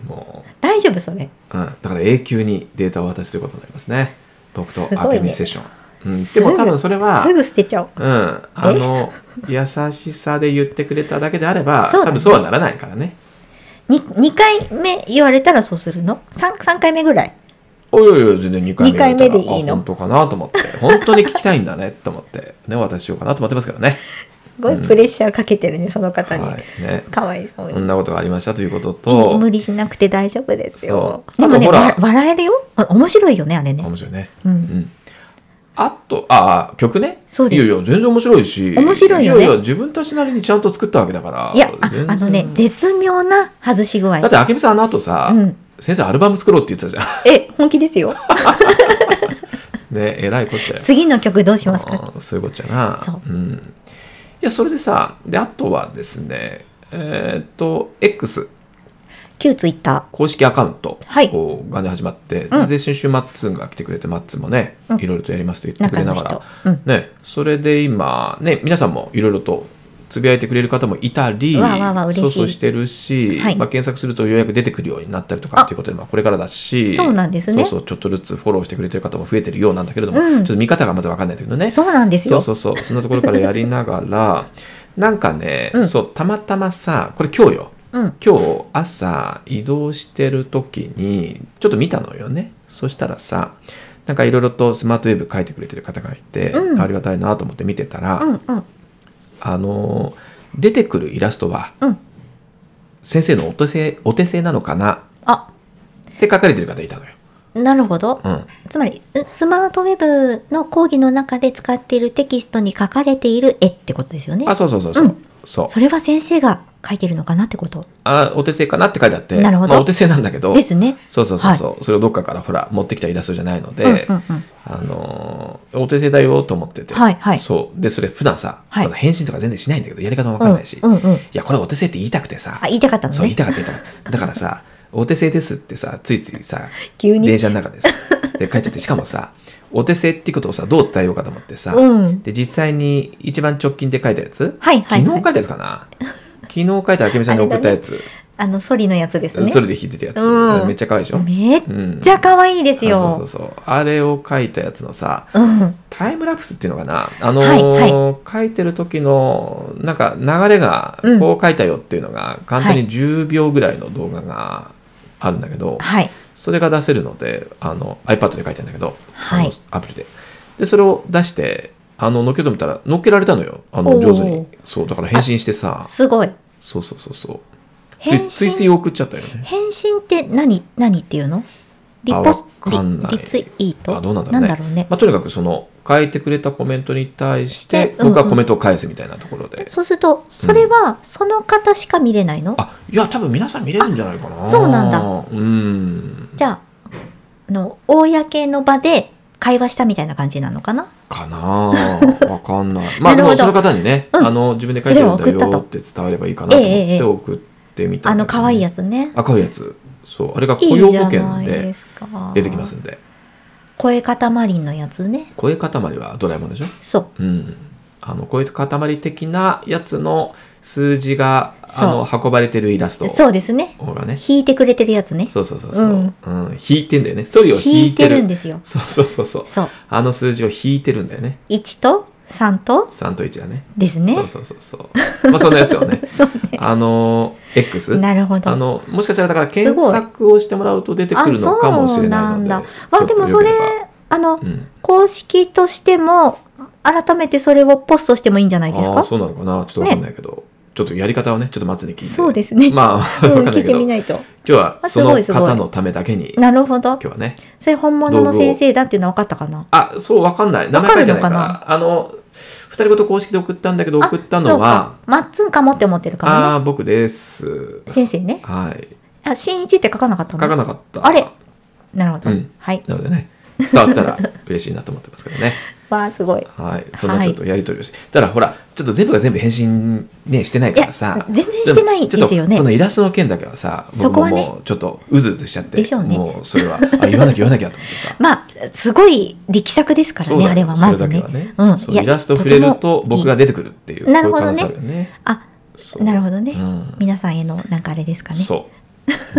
S1: も
S2: 大丈夫それ
S1: う、うん、だから永久にデータをお渡しすることになりますね僕と
S2: すごいね
S1: アケミセッション、うん、でも多分それは
S2: すぐ捨てちゃおう
S1: うん、あの優しさで言ってくれただけであれば、
S2: そうだね
S1: 多分そうはならないからね
S2: に2回目言われたらそうするの 3, 三回目ぐらい
S1: おいおいおい全然2回目言ったら
S2: 二回目でいいの
S1: あ本当かなと思って本当に聞きたいんだねと思ってねお渡ししようかなと思ってますけどね
S2: すごいプレッシャーかけてるね、その方に、
S1: はいね
S2: かわいそう
S1: そん
S2: に、
S1: なことがありましたということと
S2: 無理しなくて大丈夫ですよ
S1: そう
S2: でも
S1: あと
S2: ね
S1: ほら
S2: わ笑えるよあ面白いよねあれね
S1: 面白いね。
S2: うん
S1: あと、ああ、曲ね。
S2: そうです
S1: いやいや、全然面白いし。
S2: 面白いよね
S1: やいや、自分たちなりにちゃんと作ったわけだから。
S2: いやあ
S1: 全然
S2: あのね絶妙な外し具合
S1: だって、あけみさん、あの後さ、
S2: うん
S1: 先生、アルバム作ろうって言ってたじゃ
S2: え本気ですよ
S1: ん。 ね、えらいこっちゃよ。
S2: 次の曲どうしますか
S1: あーそういうことじゃな。。
S2: そうん
S1: いや、それでさ、で、あとはですね、えーっと、X、
S2: 旧ツイッタ
S1: 公式アカウント
S2: はい
S1: こうがね、始まって、
S2: うん
S1: で、先週、マッツンが来てくれて、マッツンもね、
S2: うん
S1: いろいろとやりますと言ってく
S2: 中
S1: れな
S2: の
S1: がら
S2: 人、、うん
S1: ね、それで今、ね、皆さんもいろいろとつぶやいてくれる方もいたり、
S2: わあわあわあ嬉しい
S1: そうそうしてるし、
S2: はい
S1: まあ、検索するとようやく出てくるようになったりとか
S2: あ
S1: っていうことで、まあ、これからだし、
S2: そうなんですね
S1: そうそうちょっとずつフォローしてくれてる方も増えてるようなんだけれども、
S2: うん
S1: ちょっと見方がまず分かんないんだけどね。
S2: そうなんです
S1: そ
S2: よ
S1: うそうそう、そんなところからやりながら、 なんかね、
S2: うん
S1: そう、たまたまさ、これ今日よ。
S2: うん
S1: 今日朝移動してる時にちょっと見たのよねそしたらさなんかいろいろとスマートウェブ書いてくれてる方がいて、
S2: うん
S1: ありがたいなと思って見てたら、
S2: うんうん
S1: あの出てくるイラストは
S2: うん
S1: 先生のお手製お手製なのかな
S2: あ
S1: って書かれてる方いたのよ。
S2: なるほど、
S1: うん、
S2: つまりんスマートウェブの講義の中で使っているテキストに書かれている絵ってことですよね
S1: あそうそうそうそう。
S2: うん
S1: そう
S2: それは先生が書いてるのかなってこと
S1: あお手製かなって書いてあって
S2: なるほど
S1: まあ、お手製なんだけど
S2: ですね
S1: そうそうそうそう、それをどっかからほら持ってきたイラストじゃないので、
S2: うんうんうん
S1: あのーお手製だよと思ってて、
S2: はいはい
S1: そうでそれ普段さ、
S2: はい
S1: その返信とか全然しないんだけどやり方も分かんないし、
S2: うんうんうん
S1: いやこれお手製って言いたくてさ
S2: あ言いたかったのね
S1: そう言いたかった言いたかっただからさお手製ですってさついついさ
S2: 急に
S1: 電車の中でさで書いちゃってしかもさお手製ってことをさどう伝えようかと思ってさ、
S2: うん
S1: で実際に一番直近で書いたやつ、
S2: はいはいはい
S1: 昨日書いたやつかな昨日書いたあけみさんに送ったやつ
S2: あの、ソリのやつですね。
S1: それで弾いてるやつ、
S2: うん
S1: あれめっちゃ可愛いでしょ、
S2: めっ
S1: うん
S2: ちゃ可愛いですよ。
S1: あそうそうそうあれを描いたやつのさ
S2: うん。
S1: タイムラプスっていうのかなあのー
S2: はい
S1: 描いてる時のなんか流れが
S2: うん
S1: こう描いたよっていうのが、簡単
S2: は
S1: に10秒ぐらいの動画があるんだけど、
S2: はい。
S1: それが出せるのであの iPad で描いてんだけど、
S2: はい
S1: あのアプリででそれを出してあの乗っけてみたら乗っけられたのよあ
S2: お
S1: の
S2: ー
S1: 上手にそうだから返信してさ
S2: すごい。
S1: そうそうそうそうつ
S2: 返
S1: いつい
S2: 信
S1: つい送っちゃったよね
S2: 返信って何何っていうのリ
S1: あ
S2: ポ
S1: わかんない
S2: リリツイート
S1: あどうなんだろうねまあ、とにかくその書いてくれたコメントに対して
S2: してうんうん
S1: 僕はコメントを返すみたいなところで、
S2: そうするとそれはその方しか見れないの、
S1: あいや多分皆さん見れるんじゃないかな
S2: あそうなんだ
S1: うん
S2: じゃああの公の場で会話したみたいな感じなのかな
S1: かなあわかんない まあ
S2: な
S1: で
S2: るほ
S1: も
S2: ど
S1: その方にね、
S2: うん
S1: あの自分で書いてるん
S2: それを送
S1: だ
S2: った
S1: よ
S2: と
S1: って伝わればいいかなと思
S2: えええ
S1: っ
S2: え
S1: て送ってみた
S2: あ
S1: んだ
S2: の
S1: けどね
S2: 可愛いやつね
S1: あ可愛いやつそうあれが
S2: い
S1: 雇
S2: い
S1: 用
S2: じゃ
S1: 保
S2: な
S1: 険
S2: い
S1: で
S2: ですか
S1: 出てきますんで
S2: 声固まりんのやつね
S1: 声塊はドラえもんでしょ
S2: そう
S1: うん、あのこういう塊的なやつの数字があの運ばれてるイラスト
S2: そうですね
S1: がね
S2: 弾いてくれてるやつね
S1: そうそうそうそう、
S2: う
S1: うんん引いてんだよねソリを
S2: 弾
S1: 引
S2: い
S1: い
S2: て
S1: て
S2: る
S1: る
S2: んですよ
S1: そうそうそうそう
S2: そう
S1: あの数字を引いてるんだよね
S2: 1と3と
S1: 3と1だね
S2: ですね
S1: そうそうそうそうまあそんなやつを ね
S2: そうね
S1: あの X
S2: なるほど
S1: あのもしかしたらだから検索をしてもらうと出てくるのかもしれないので
S2: あそうなんだわでもそれ
S1: ちょっとよ
S2: あ
S1: け
S2: の、
S1: ればうん
S2: 公式としても改めてそれをポストしてもいいんじゃないです
S1: あ
S2: か
S1: あそうなのかなちょっとわかんないけど、ちょっとやり方をねちょっと松に聞いて
S2: そうですね
S1: まあわか
S2: うん
S1: んない
S2: 聞
S1: け
S2: いて
S1: ど
S2: み
S1: 今
S2: ないと
S1: 日はそ
S2: あす
S1: の
S2: ごいすごい
S1: 方のためだけに今
S2: なるほど
S1: 日はね
S2: それ本物の先生だっていうのは分かったかな
S1: あそうわかんない名前書いてないから
S2: わか
S1: あの二人ごと公式で送ったんだけど
S2: あ
S1: 送ったのは
S2: そうかマッツンかもって思ってるか
S1: あ
S2: ら
S1: あ
S2: ね
S1: ー僕です
S2: 先生ね
S1: はい
S2: あ新一って書かなかった
S1: 書
S2: の
S1: かなかった
S2: あれなるほど、
S1: うん
S2: はい
S1: なのでね伝わったら嬉しいなと思ってますけどね
S2: わあすごい
S1: はいそんなちょっとやり取りをして、ただほらちょっと全部が全部返信ねしてないから
S2: い
S1: さ
S2: や全然してないですよ
S1: もちょっと
S2: ね
S1: このイラストの件だけはさ
S2: そ
S1: 僕
S2: こは
S1: も
S2: ね
S1: もうちょっとうずうずしちゃって
S2: でしょうね
S1: もうそれはあ言わなきゃ言わなきゃと思ってさ
S2: まあすごい力作ですから
S1: そうだ
S2: ね
S1: よ
S2: あれはま
S1: そ
S2: ずね
S1: れだけはね、
S2: うん
S1: そう
S2: いや
S1: イラスト触れると
S2: てもいい
S1: 僕が出てくるっていう
S2: なるほどね
S1: こういう可能性あるよね
S2: あ
S1: そう
S2: なるほどね、
S1: うん
S2: 皆さんへのなんかあれですかね
S1: そう。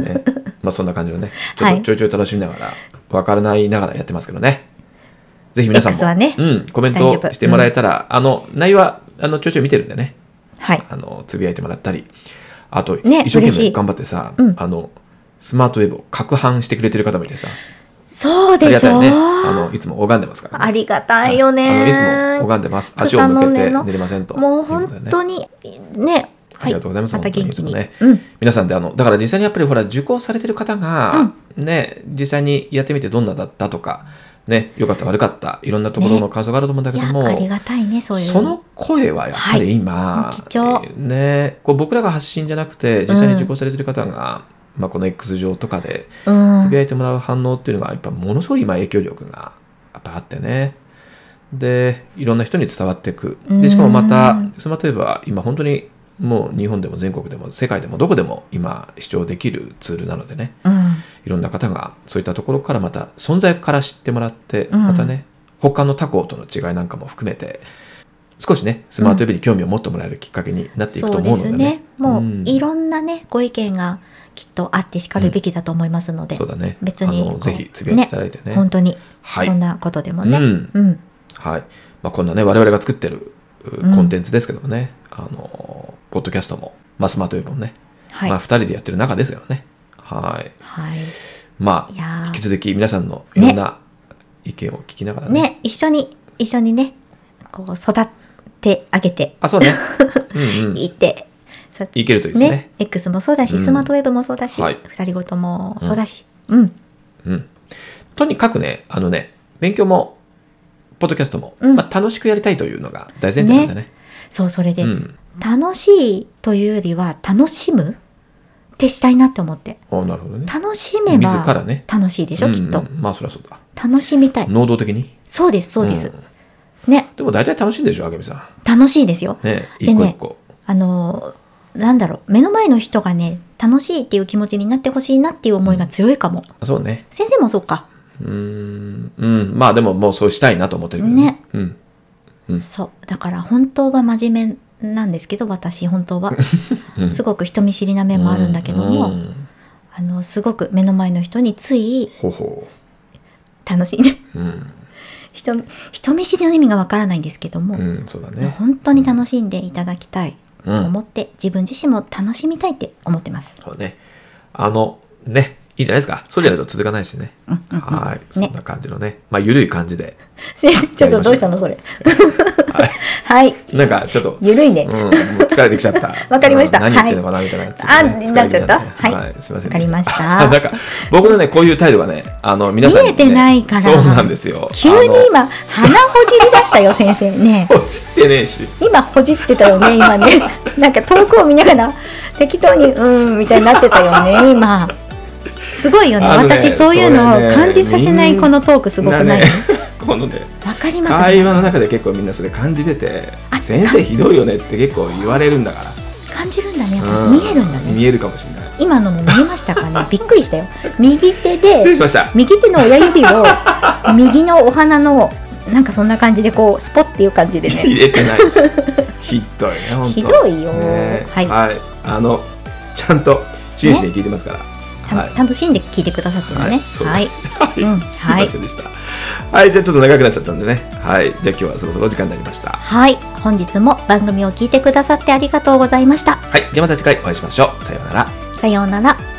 S1: ね、まあそんな感じの ね、ちょ
S2: は
S1: っ
S2: い
S1: とちょいちょい楽しみながら、わからないながらやってますけどね。ぜひ皆さん
S2: X は
S1: も、
S2: ね
S1: うん、コメン
S2: 大丈夫
S1: トしてもらえたら、あの、内容は、あの、ちょいちょい見てるんでね、
S2: はい
S1: あの、つぶやいてもらったり、あと、
S2: ね
S1: 一生懸
S2: 嬉しい
S1: 命頑張ってさ、
S2: うん
S1: あの、スマートウェブを攪拌してくれてる方もいてさ、
S2: そう
S1: あり
S2: で
S1: が
S2: したょ
S1: いうね。あの、いつも拝んでますから、ね。
S2: ありがたいよね、
S1: はいあのいつも拝んでます。足を向けて寝れませんと。
S2: もう
S1: とい
S2: 本
S1: ことでね
S2: 当にね、
S1: ありがとうございます。
S2: また
S1: 本当
S2: 元
S1: に
S2: 気に。
S1: いつもね、
S2: うん、
S1: 皆さんであの、だから実際にやっぱりほら、受講されてる方が、ね、実際にやってみてどんなだったとか、ね、良かった悪かった、いろんなところの感想があると思うんだ
S2: い
S1: けど
S2: や
S1: も、
S2: ありがたいねそういう。
S1: その声はやっぱり今、
S2: はい貴重
S1: ね、こう僕らが発信じゃなくて、実際に受講されてる方が、まあ、この X 上とかで
S2: うん
S1: つぶやいてもらう反応っていうのが、やっぱものすごい今影響力がやっぱあってね。で、いろんな人に伝わっていく。
S2: うん
S1: で、しかもまた、スマートウェブは今本当にもう日本でも全国でも世界でもどこでも今視聴できるツールなのでね、
S2: うん
S1: いろんな方がそういったところからまた存在から知ってもらって、
S2: うん
S1: またね、他の他校との違いなんかも含めて、少しね、スマートウェブに興味を持ってもらえるきっかけになっていく
S2: そ
S1: と
S2: う
S1: 思
S2: で
S1: うの
S2: す
S1: でね。
S2: ね。もう、
S1: ん
S2: いろんなねご意見がきっとあってしかるべきだと思いますので、
S1: そうだね。
S2: 別に
S1: あ
S2: こ
S1: の
S2: う
S1: ぜひつぶやいていただいてね。
S2: 本当に、
S1: はい
S2: どんなことでもね。
S1: うん
S2: うん
S1: はいまあ、こんなね我々が作ってるう
S2: うん
S1: コンテンツですけどもね、あのポッドキャストも、まあ、スマートウェブもね、
S2: はい、
S1: まあ、2人でやってる中ですからねはい
S2: はい。
S1: ま
S2: いや
S1: あ
S2: ー
S1: 引き続き皆さんのいろんな意見を聞きながらね
S2: ね一緒に一緒にねこう育ってあげて
S1: あそう ねうん、うん、
S2: いて。そう
S1: いけるといいですね
S2: X もそうだし、
S1: うん
S2: スマートウェブもそうだし、
S1: はい
S2: 二人ごともそうだし、うん、
S1: うん、とにかくねあのね勉強もポッドキャストも、
S2: うん
S1: まあ、楽しくやりたいというのが大前提なんだね
S2: そう、それで、
S1: うん
S2: 楽しいというよりは、楽しむってしたいなって思って。
S1: あなるほどね
S2: 楽しめば
S1: 自らね
S2: 楽しいでしょ、
S1: うん
S2: きっと
S1: う。んまあそりゃそうだ
S2: 楽しみたい。
S1: 能動的に
S2: そうです、そうです。
S1: ん
S2: ね、
S1: でも大体楽しいんでしょあけみさ
S2: 楽しいですよ。
S1: んね
S2: で
S1: 一個一
S2: ね
S1: 個、
S2: あのー、なんだろう、目の前の人がね、楽しいっていう気持ちになってほしいなっていう思いが強いかも。
S1: あそうね
S2: 先生もそうか。
S1: うーん、うん、まあでももうそうしたいなと思ってるけど
S2: ね
S1: うん、
S2: そう。だから本当は真面目なんですけど私本当は
S1: うん
S2: すごく人見知りな面もあるんだけども、
S1: うん
S2: あのすごく目の前の人につい
S1: ほうほ
S2: 楽しんで
S1: う。うん。
S2: 人人見知りの意味がわからないんですけども、
S1: うん、そうだね。
S2: 本当に楽しんでいただきたいと
S1: うん
S2: 思って、自分自身も楽しみたいって思ってます。
S1: そうね。あの、ね、いいじゃないですか。そうじゃないと続かないしね。
S2: うんうんうん
S1: はい。そんな感じのね。まあ、ゆるい感じで。
S2: 先生ちょっとどうしたのそれ。 はい。
S1: なんか、ちょっと。
S2: ゆるいね。
S1: うん、もう疲れてきちゃった。
S2: わかりました
S1: うん何言ってんのかなみたいなやつね、
S2: はいあなっちゃった
S1: 疲れてき
S2: はい
S1: はい、すみません。
S2: わかりました
S1: なんか、僕のね、こういう態度がね、あの、皆さんにね、
S2: 見えてないから
S1: そうなんですよ。
S2: 急に今、鼻ほじり出したよ、先生ね
S1: あ。の。落ちてねえし。
S2: 今ほじってたよね、今ね。なんか遠くを見ながら、適当に、うーん、みたいになってたよね、今。すごいよね。
S1: あのね
S2: 私、そういうのを
S1: それね
S2: 感じさせないこのトークすごくない
S1: ね。 このね、
S2: わかります
S1: 会話の中で結構みんなそれ感じてて、先生ひどいよねって結構言われるんだから。
S2: 感じるんだね。やっぱ
S1: うん
S2: 見えるんだね。
S1: 見えるかもしれない。
S2: 今のも見えましたかね。びっくりしたよ。右手で、
S1: 失礼しました。
S2: 右手の親指を右のお花のなんかそんな感じでこうスポッっていう感じでね
S1: 入れてないし。 ひどいね、本当。
S2: ひどいよ
S1: ね
S2: はい
S1: あの、ちゃんと真摯に聞いてますから。
S2: た
S1: はい。
S2: 楽しんで聞いてくださってるね
S1: は
S2: はいい、
S1: はい、
S2: うん
S1: すいませんでした。はい、じゃあちょっと長くなっちゃったんでね。はい、じゃあ今日はそろそろお時間になりました。は
S2: はい、本日も番組を聞いてくださってありがとうございました
S1: い、じゃあまた次回お会いしましょう。さようなら。
S2: さようなら